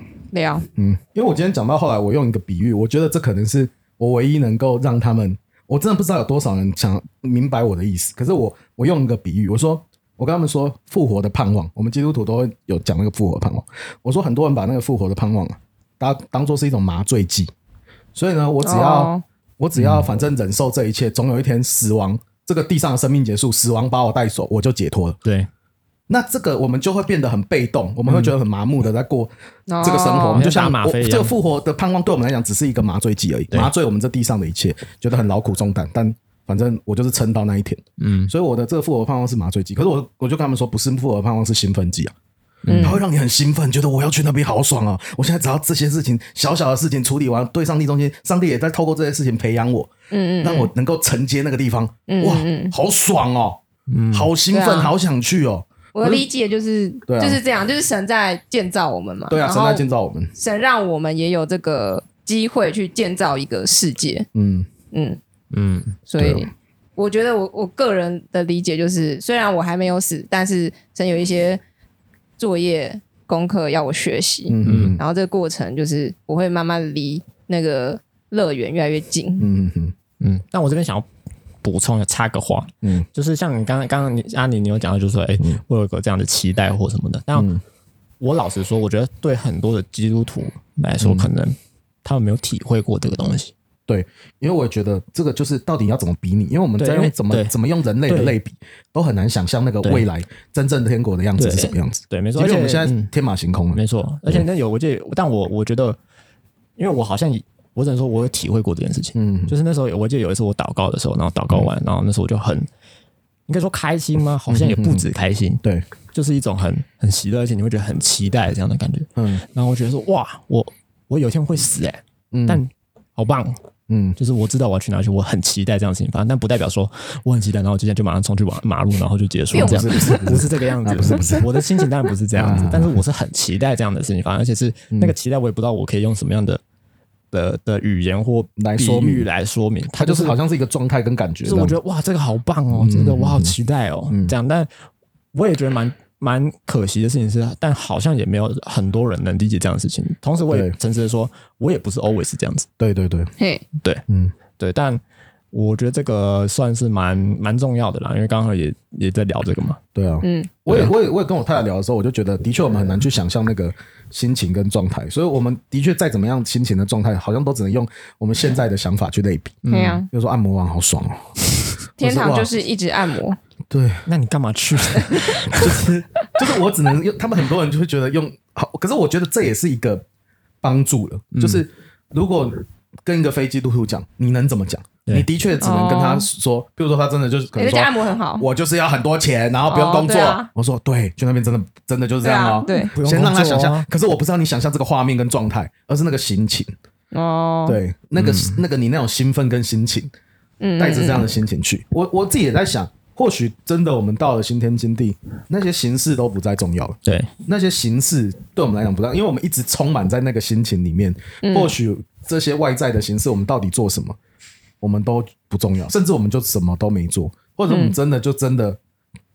Speaker 2: 了，
Speaker 1: 嗯，因为我今天讲到后来，我用一个比喻，我觉得这可能是我唯一能够让他们，我真的不知道有多少人想明白我的意思。可是我我用一个比喻，我说我跟他们说复活的盼望，我们基督徒都会有讲那个复活的盼望。我说很多人把那个复活的盼望啊，当当做是一种麻醉剂，所以呢，我只要、
Speaker 2: 哦
Speaker 1: 我只要反正忍受这一切，总有一天死亡这个地上的生命结束，死亡把我带走，我就解脱了。
Speaker 3: 对，
Speaker 1: 那这个我们就会变得很被动，我们会觉得很麻木的在过这个生活，
Speaker 2: 哦
Speaker 1: 我们就像
Speaker 3: 像打吗啡
Speaker 1: 我
Speaker 3: 一样
Speaker 1: 这个复活的盼望对我们来讲只是一个麻醉剂而已，麻醉我们这地上的一切，觉得很劳苦重担，但反正我就是撑到那一天。
Speaker 3: 嗯，
Speaker 1: 所以我的这个复活盼望是麻醉剂，可是我我就跟他们说，不是复活盼望是兴奋剂啊。
Speaker 3: 嗯
Speaker 1: 它会让你很兴奋，觉得我要去那边好爽啊！我现在只要这些事情小小的事情处理完，对上帝中间，上帝也在透过这些事情培养我，
Speaker 2: 嗯嗯
Speaker 1: 让我能够承接那个地方，
Speaker 2: 嗯
Speaker 1: 哇
Speaker 2: 嗯，
Speaker 1: 好爽哦，
Speaker 3: 嗯
Speaker 1: 好兴奋，
Speaker 2: 对啊
Speaker 1: 好想去哦。
Speaker 2: 我的理解就是
Speaker 1: 对啊
Speaker 2: 就是这样，就是神在建造我们嘛。
Speaker 1: 对啊，
Speaker 2: 然
Speaker 1: 神
Speaker 2: 后
Speaker 1: 在建造我们。
Speaker 2: 神让我们也有这个机会去建造一个世界。
Speaker 1: 嗯，
Speaker 2: 嗯，
Speaker 3: 嗯，
Speaker 2: 所以
Speaker 1: 对
Speaker 2: 我觉得我我个人的理解就是，虽然我还没有死，但是真有一些作业功课要我学习。
Speaker 1: 嗯嗯
Speaker 2: 然后这个过程就是我会慢慢离那个乐园越来越近。
Speaker 1: 嗯嗯
Speaker 3: 嗯，那我这边想要补充插个话，
Speaker 1: 嗯
Speaker 3: 就是像你刚刚刚刚你阿尼你有讲到，就是说，哎、我有个这样的期待或什么的。但
Speaker 1: 嗯
Speaker 3: 我老实说，我觉得对很多的基督徒来说，可能他们没有体会过这个东西。
Speaker 1: 对，因为我觉得这个就是到底要怎么比拟，因为我们
Speaker 3: 对
Speaker 1: 在
Speaker 3: 因
Speaker 1: 用
Speaker 3: 为
Speaker 1: 怎么
Speaker 3: 对
Speaker 1: 怎么用人类的
Speaker 3: 对
Speaker 1: 类比，都很难想象那个
Speaker 3: 对
Speaker 1: 未来真正天国的样子是什么样子。
Speaker 3: 对，没
Speaker 1: 即
Speaker 3: 错。而
Speaker 1: 便
Speaker 3: 且
Speaker 1: 我们现在
Speaker 3: 嗯
Speaker 1: 天马行空了，
Speaker 3: 没错，而且那有我记得，但我我觉得，因为我好像也我只能说，我有体会过这件事情。
Speaker 1: 嗯
Speaker 3: 就是那时候有，我记得有一次我祷告的时候，然后祷告完，然后那时候我就很，应该说开心吗？好像也不止开心，
Speaker 1: 对，
Speaker 3: 就是一种很很喜乐，而且你会觉得很期待这样的感觉。
Speaker 1: 嗯
Speaker 3: 然后我觉得说，哇，我我有一天会死哎、
Speaker 1: 嗯
Speaker 3: 但好棒，
Speaker 1: 嗯
Speaker 3: 就是我知道我要去哪里去，我很期待这样的事情发生，但不代表说我很期待，然后今天就马上冲去马马路，然后就结束
Speaker 2: 因为
Speaker 3: 这样
Speaker 1: 不是。不是不
Speaker 3: 不
Speaker 1: 是，
Speaker 3: 是这个样子，
Speaker 1: 啊不是不
Speaker 3: 是，我的心情当然不是这样子
Speaker 1: 啊，
Speaker 3: 但是我是很期待这样的事情发生，而且是那个期待，我也不知道我可以用什么样的的的语言或
Speaker 1: 来
Speaker 3: 比
Speaker 1: 说明
Speaker 3: 喻来说明，
Speaker 1: 它
Speaker 3: 它
Speaker 1: 就是
Speaker 3: 是
Speaker 1: 好像是一个状态跟感觉
Speaker 3: 就
Speaker 1: 这
Speaker 3: 是
Speaker 1: 样。
Speaker 3: 我觉得哇，这个好棒
Speaker 1: 嗯
Speaker 3: 哦，这个我好期待哦，这样。但我也觉得蛮蛮可惜的事情是，但好像也没有很多人能理解这样的事情。同时，我也
Speaker 1: 对
Speaker 3: 诚实的说，我也不是 always 这样子，
Speaker 1: 对对对，
Speaker 2: 嘿，
Speaker 3: 对
Speaker 1: 嗯
Speaker 3: 对。但我觉得这个算是蛮蛮重要的啦，因为刚好也也在聊这个嘛。
Speaker 1: 对啊，
Speaker 2: 嗯，
Speaker 1: 我也我也我也跟我太太聊的时候，我就觉得的确我们很难去想象那个心情跟状态，所以我们的确再怎么样心情的状态，好像都只能用我们现在的想法去类比。
Speaker 3: 嗯
Speaker 2: 对啊，
Speaker 1: 比如说按摩王好爽哦，
Speaker 2: 天堂
Speaker 1: 嗯哇
Speaker 2: 就是一直按摩，
Speaker 1: 对，
Speaker 3: 那你干嘛 去？
Speaker 1: 就是就是我只能用，他们很多人就会觉得用好，可是我觉得这也是一个帮助了，
Speaker 3: 嗯
Speaker 1: 就是如果跟一个非基督徒讲，你能怎么讲？
Speaker 3: 对
Speaker 1: 你的确只能跟他
Speaker 2: 哦
Speaker 1: 说，比如说他真的就是可
Speaker 2: 人
Speaker 1: 能
Speaker 2: 家家
Speaker 1: 说
Speaker 2: 哎按摩很好，
Speaker 1: 我就是要很多钱，然后不用
Speaker 2: 啊哦
Speaker 1: 工作。
Speaker 2: 对啊
Speaker 1: 我说对，去那边真的真的就是这样哦。
Speaker 2: 对啊对
Speaker 3: 不用
Speaker 1: 先让他
Speaker 3: 工作
Speaker 1: 想
Speaker 3: 哦
Speaker 1: 象，可是我不是让你想象这个画面跟状态，而是那个心情。
Speaker 2: 哦，
Speaker 1: 对，那
Speaker 3: 嗯
Speaker 1: 个、那个你那种兴奋跟心情，
Speaker 2: 嗯，嗯，
Speaker 1: 带着这样的心情去。我我自己也在想，或许真的我们到了新天新地，那些形式都不再重要了。
Speaker 3: 对，
Speaker 1: 那些形式对我们来讲不当，因为我们一直充满在那个心情里面。
Speaker 2: 嗯
Speaker 1: 或许这些外在的形式，我们到底做什么，我们都不重要，甚至我们就什么都没做，或者我们真的就真的，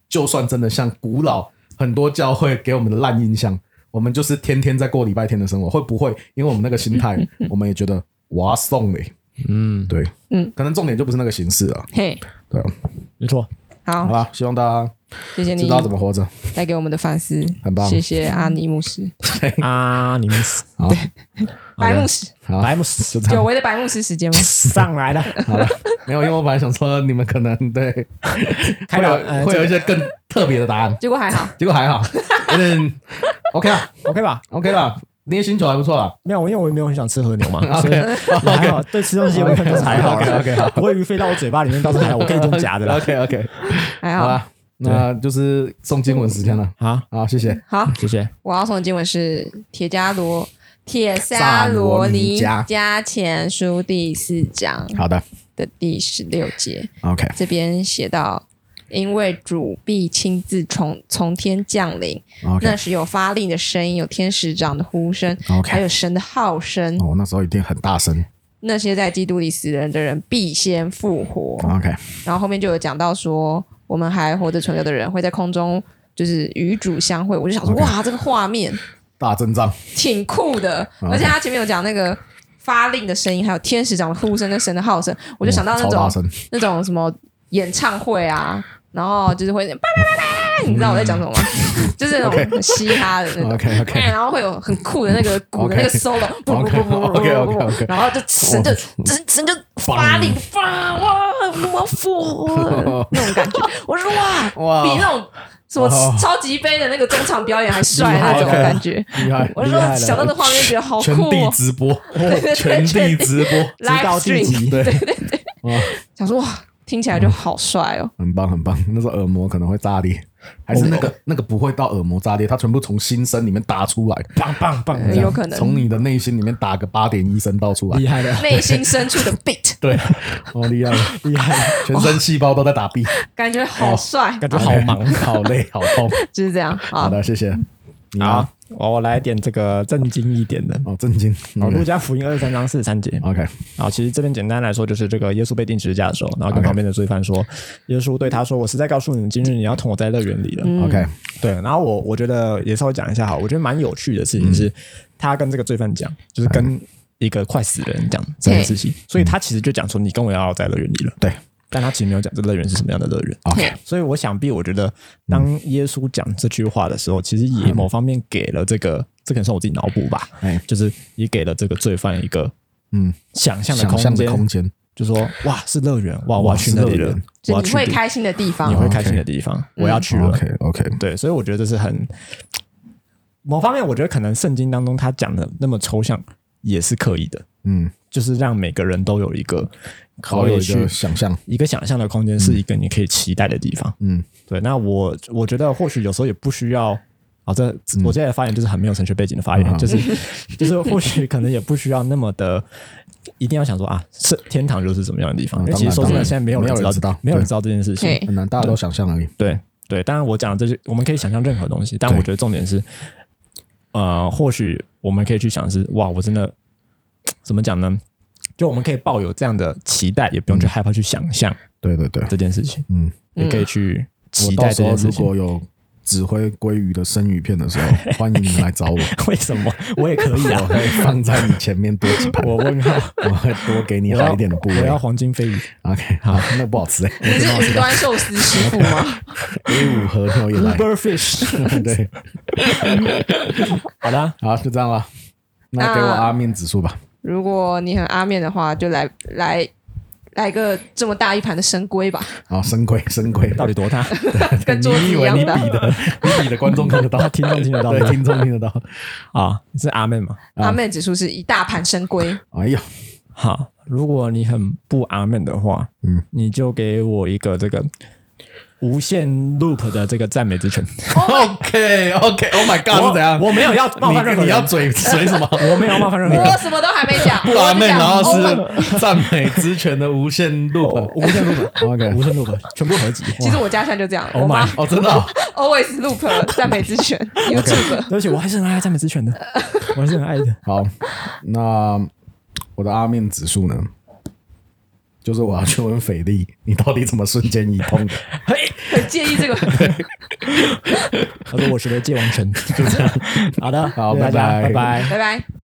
Speaker 1: 就算真的像古老很多教会给我们的烂印象，我们就是天天在过礼拜天的生活，会不会因为我们那个心 态，我们也觉得哇送嘞？
Speaker 3: 嗯，
Speaker 1: 对，
Speaker 2: 嗯，
Speaker 1: 可能重点就不是那个形式了。
Speaker 2: 嘿，
Speaker 1: 对啊，啊
Speaker 3: 没 错，
Speaker 1: 好
Speaker 2: 好，
Speaker 1: 啦，希望大家
Speaker 2: 谢谢
Speaker 1: 知
Speaker 2: 你
Speaker 1: 道怎么活着。
Speaker 2: 带给我们的反思，
Speaker 1: 很棒
Speaker 2: 谢谢阿尼牧师，
Speaker 3: 啊，你们死
Speaker 1: 好，
Speaker 2: 白牧师，
Speaker 1: 好，
Speaker 3: 白木死
Speaker 2: 久违的白牧师时间吗？
Speaker 3: 上来了，
Speaker 1: 好了， 没有，因为我本来想说你们可能 对
Speaker 3: 开
Speaker 1: 会
Speaker 3: 导
Speaker 1: 有
Speaker 3: 呃
Speaker 1: 会有一
Speaker 3: 这
Speaker 1: 些更特别的答案，
Speaker 2: 结果还 好，
Speaker 1: 结 果还好，有点 OK 啦
Speaker 3: OK 吧？
Speaker 1: ，OK 啦，那些星球还不错啦。
Speaker 3: 没有，因为我也没有很想吃和 牛嘛，所以
Speaker 1: OK
Speaker 3: 还好，对吃东西我可能都是还好
Speaker 1: OK，OK，
Speaker 3: 啦。啊我以为飞到我嘴巴里面倒是还好，我可以用夹的 啦。
Speaker 1: OK OK，
Speaker 2: 还
Speaker 1: 好啊
Speaker 2: 好，
Speaker 1: 啦，那就是送经文时间了。
Speaker 3: 好，
Speaker 1: 好，谢谢。
Speaker 2: 好，
Speaker 3: 谢谢。
Speaker 2: 我要送的经文是《铁加罗铁沙罗尼加前书》第四章
Speaker 1: 好的
Speaker 2: 的第十六节，
Speaker 1: ，OK，
Speaker 2: 这边写到：因为主必亲自从从天降临
Speaker 1: OK
Speaker 2: 那时有发令的声音，有天使长的呼声
Speaker 1: OK
Speaker 2: 还有神的号声。
Speaker 1: 哦，那时候一定很大声。
Speaker 2: 那些在基督里死人的人必先复活。
Speaker 1: OK，
Speaker 2: 然后后面就有讲到说，我们还活着存留的人会在空中就是与主相会。我就想说
Speaker 1: OK
Speaker 2: 哇，这个画面
Speaker 1: 大阵仗。
Speaker 2: 挺酷的，
Speaker 1: OK
Speaker 2: 而且他前面有讲那个。发令的声音，还有天使长的呼声跟神的号声，我就想到那
Speaker 1: 哦超大
Speaker 2: 种
Speaker 1: 声
Speaker 2: 那种什么演唱会啊，然后就是会叭叭叭叭，你知道我在讲什么吗？就是那
Speaker 1: OK
Speaker 2: 种很嘻哈的那种哎
Speaker 1: OK OK
Speaker 2: 然后会有很酷的那个鼓的那个
Speaker 1: OK
Speaker 2: solo，不不
Speaker 1: OK
Speaker 2: 不不不
Speaker 1: OK，OK，OK
Speaker 2: 不不，然后就神就神神就发力发哇，我复活那种感觉，我说
Speaker 1: 哇
Speaker 2: 哇，比那种什么
Speaker 1: 哦
Speaker 2: 超级杯的那个中场表演还帅
Speaker 1: 厉害哦
Speaker 2: 那种
Speaker 1: 了
Speaker 2: 感觉。
Speaker 1: 厉害
Speaker 2: 我说想到的画面觉得好
Speaker 1: 全
Speaker 2: 酷
Speaker 1: 地
Speaker 2: 哦
Speaker 1: 直播，
Speaker 2: 对对
Speaker 1: 全地直播，
Speaker 3: 直到
Speaker 2: ，live
Speaker 3: 第几
Speaker 2: stream，
Speaker 1: 对，
Speaker 2: 想说哇，听起来
Speaker 1: 嗯
Speaker 2: 就好帅哦。
Speaker 1: 很棒很棒。 那时候耳膜可能会炸裂，还是
Speaker 3: 哦
Speaker 1: 那个那个不会到耳膜炸裂，它全部从心声里面打出来。
Speaker 3: 棒棒棒，
Speaker 2: 呃
Speaker 3: 这样
Speaker 2: 有可能
Speaker 1: 从你的内心里面打个八点一声道出 来
Speaker 3: 厉。害的，
Speaker 2: 内心深 处的 beat，
Speaker 1: 对，好厉害，
Speaker 3: 哦厉害，
Speaker 1: 全身细胞都在打 B，
Speaker 2: 感觉好帅，
Speaker 3: 感觉 好忙。
Speaker 1: 好累，好 痛。
Speaker 2: 就是这样。
Speaker 1: 哦好
Speaker 2: 好，
Speaker 1: 的，谢谢。你
Speaker 3: 好
Speaker 1: 啊，，
Speaker 3: 我来点这个正经一点的。
Speaker 1: 哦，震惊。
Speaker 3: 哦，路加福音二十三章四十三节。
Speaker 1: OK，
Speaker 3: 然后其实这边简单来说，就是这个耶稣被钉十字架的时候，然后跟旁边的罪犯说，耶稣对他说：“我实在告诉你们，今日你要同我在乐园里了。
Speaker 1: OK，
Speaker 3: 对，然后我我觉得也稍微讲一下好，我觉得蛮有趣的事情
Speaker 1: 嗯
Speaker 3: 是，他跟这个罪犯讲，就是跟一个快死的人讲这件事情，所以他其实就讲说：“你跟我要在乐园里了。”
Speaker 1: 嗯对哦
Speaker 3: 但他其实没有讲这乐园是什么样的乐园。
Speaker 1: ，OK，
Speaker 3: 所以我想必，我觉得
Speaker 1: 嗯
Speaker 3: 当耶稣讲这句话的时候，其实也某方面给了这个，这可能是我自己脑补吧
Speaker 1: 哎，
Speaker 3: 就是也给了这个罪犯一个
Speaker 1: 嗯，
Speaker 3: 想象的
Speaker 1: 想象
Speaker 3: 空
Speaker 1: 的
Speaker 3: 间，
Speaker 1: 空间，
Speaker 3: 就说哇是乐园，哇我要去
Speaker 1: 是
Speaker 3: 那
Speaker 1: 乐
Speaker 3: 里了
Speaker 1: 园，
Speaker 2: 就
Speaker 3: 我要
Speaker 2: 你
Speaker 3: 去
Speaker 2: 会
Speaker 3: 地
Speaker 2: 开嗯心的地方
Speaker 3: 你，会
Speaker 1: 哦
Speaker 3: 开心
Speaker 1: OK 哦
Speaker 3: 的地方，我要去了。
Speaker 1: OK，OK，
Speaker 3: 对，所以我觉得这是很某方面，我觉得可能圣经当中他讲的那么抽象也是可以的，
Speaker 1: 嗯，
Speaker 3: 就是让每个人都有一个
Speaker 1: 好
Speaker 3: 可
Speaker 1: 有
Speaker 3: 以
Speaker 1: 一
Speaker 3: 去
Speaker 1: 个想象，
Speaker 3: 一个想象的空间，是一个你可以期待的地方。
Speaker 1: 嗯，
Speaker 3: 对，那我我觉得或许有时候也不需要。啊、这我现在的发言就是很没有神学背景的发言，
Speaker 1: 嗯
Speaker 3: 就是就是或许可能也不需要那么的，一定要想说啊，是天堂就是怎么样的地方？
Speaker 1: 嗯
Speaker 3: 因为其实说真
Speaker 1: 当
Speaker 3: 的，
Speaker 1: 然
Speaker 3: 现在没有
Speaker 1: 没有
Speaker 3: 人知道
Speaker 1: 人知道
Speaker 3: 没有人
Speaker 1: 对
Speaker 3: 知道这件事情
Speaker 2: 对。
Speaker 1: 很难，大家都想象而已。
Speaker 3: 对对，当然我讲的这些，我们可以想象任何东西，但
Speaker 1: 对
Speaker 3: 我觉得重点是，呃，或许我们可以去想是，哇，我真的怎么讲呢？就我们可以抱有这样的期待，也不用去害怕去想象
Speaker 1: 对对对，
Speaker 3: 这件事情，
Speaker 1: 嗯，
Speaker 3: 也可以去
Speaker 1: 我
Speaker 3: 期
Speaker 1: 到
Speaker 3: 待
Speaker 1: 时
Speaker 3: 这
Speaker 1: 候
Speaker 3: 件
Speaker 1: 如
Speaker 3: 事情。
Speaker 1: 果有指挥鲑鱼的生鱼片的时候，欢迎你来找我，
Speaker 3: 为什么我也可以
Speaker 1: 我
Speaker 3: 啊？
Speaker 1: 会放在你前面多几盘，
Speaker 3: 我问号，
Speaker 1: 我会多给你
Speaker 3: 我
Speaker 1: 好
Speaker 3: 要
Speaker 1: 一点的部
Speaker 3: 我
Speaker 1: 位
Speaker 3: 要。黄金飞鱼，
Speaker 1: OK，好，那不好 吃哎、
Speaker 2: 你是云端寿司师傅吗？
Speaker 1: A 五和牛 也来，
Speaker 3: Uber Fish。
Speaker 1: 对，
Speaker 3: 好啦，
Speaker 1: 好，就这样吧。那给我
Speaker 2: 那
Speaker 1: 阿面指数吧，
Speaker 2: 如果你很阿面的话，就来来来个这么大一盘的深龟 吧，
Speaker 1: 好，深龟，深龟，
Speaker 3: 到底多 大？
Speaker 2: 跟桌子
Speaker 1: 你以
Speaker 2: 一
Speaker 1: 为
Speaker 2: 样
Speaker 1: 你
Speaker 2: 的。
Speaker 1: 比的，你比的观众看得到，
Speaker 3: 听众听得到
Speaker 1: 对，
Speaker 3: 吗
Speaker 1: 听众听得到。
Speaker 3: 啊，是阿妹嘛？
Speaker 1: 啊
Speaker 2: 阿面指数是一大盘深龟，
Speaker 1: 哎呀，
Speaker 3: 好，如果你很不阿妹的话，
Speaker 1: 嗯
Speaker 3: 嗯，你就给我一个这个无限 loop 的这个赞美之权。
Speaker 2: 哦
Speaker 1: OK OK Oh my God
Speaker 3: 我
Speaker 1: 是怎样？
Speaker 3: 我没有要冒犯任
Speaker 1: 你
Speaker 3: 何人
Speaker 1: 你要嘴嘴什么？
Speaker 3: 我没有冒犯任何人
Speaker 2: 我。什么都还没讲，
Speaker 1: 不阿妹，
Speaker 2: 我只讲哦
Speaker 1: 然后
Speaker 2: open
Speaker 1: 是赞美之泉的无限 loop。
Speaker 3: 无限 loop，
Speaker 1: OK
Speaker 3: 无限 loop，全部啊合集。
Speaker 2: 其实我家现在就这样，
Speaker 3: Oh
Speaker 2: 我妈
Speaker 3: my
Speaker 1: 哦，真的哦
Speaker 2: always loop 赞美之选 YouTube。
Speaker 3: 对不起，我还是很爱赞美之泉的，我还是很爱的。
Speaker 1: 好，那我的阿面指数呢？就是我要去问斐丽，你到底怎么瞬间移通的？
Speaker 2: 很介意这个，
Speaker 3: 他说：“我觉得界王城就这样。”好的，
Speaker 1: 好
Speaker 3: 谢谢大家
Speaker 1: 拜
Speaker 3: 拜
Speaker 1: 拜
Speaker 3: 拜。
Speaker 2: 拜拜。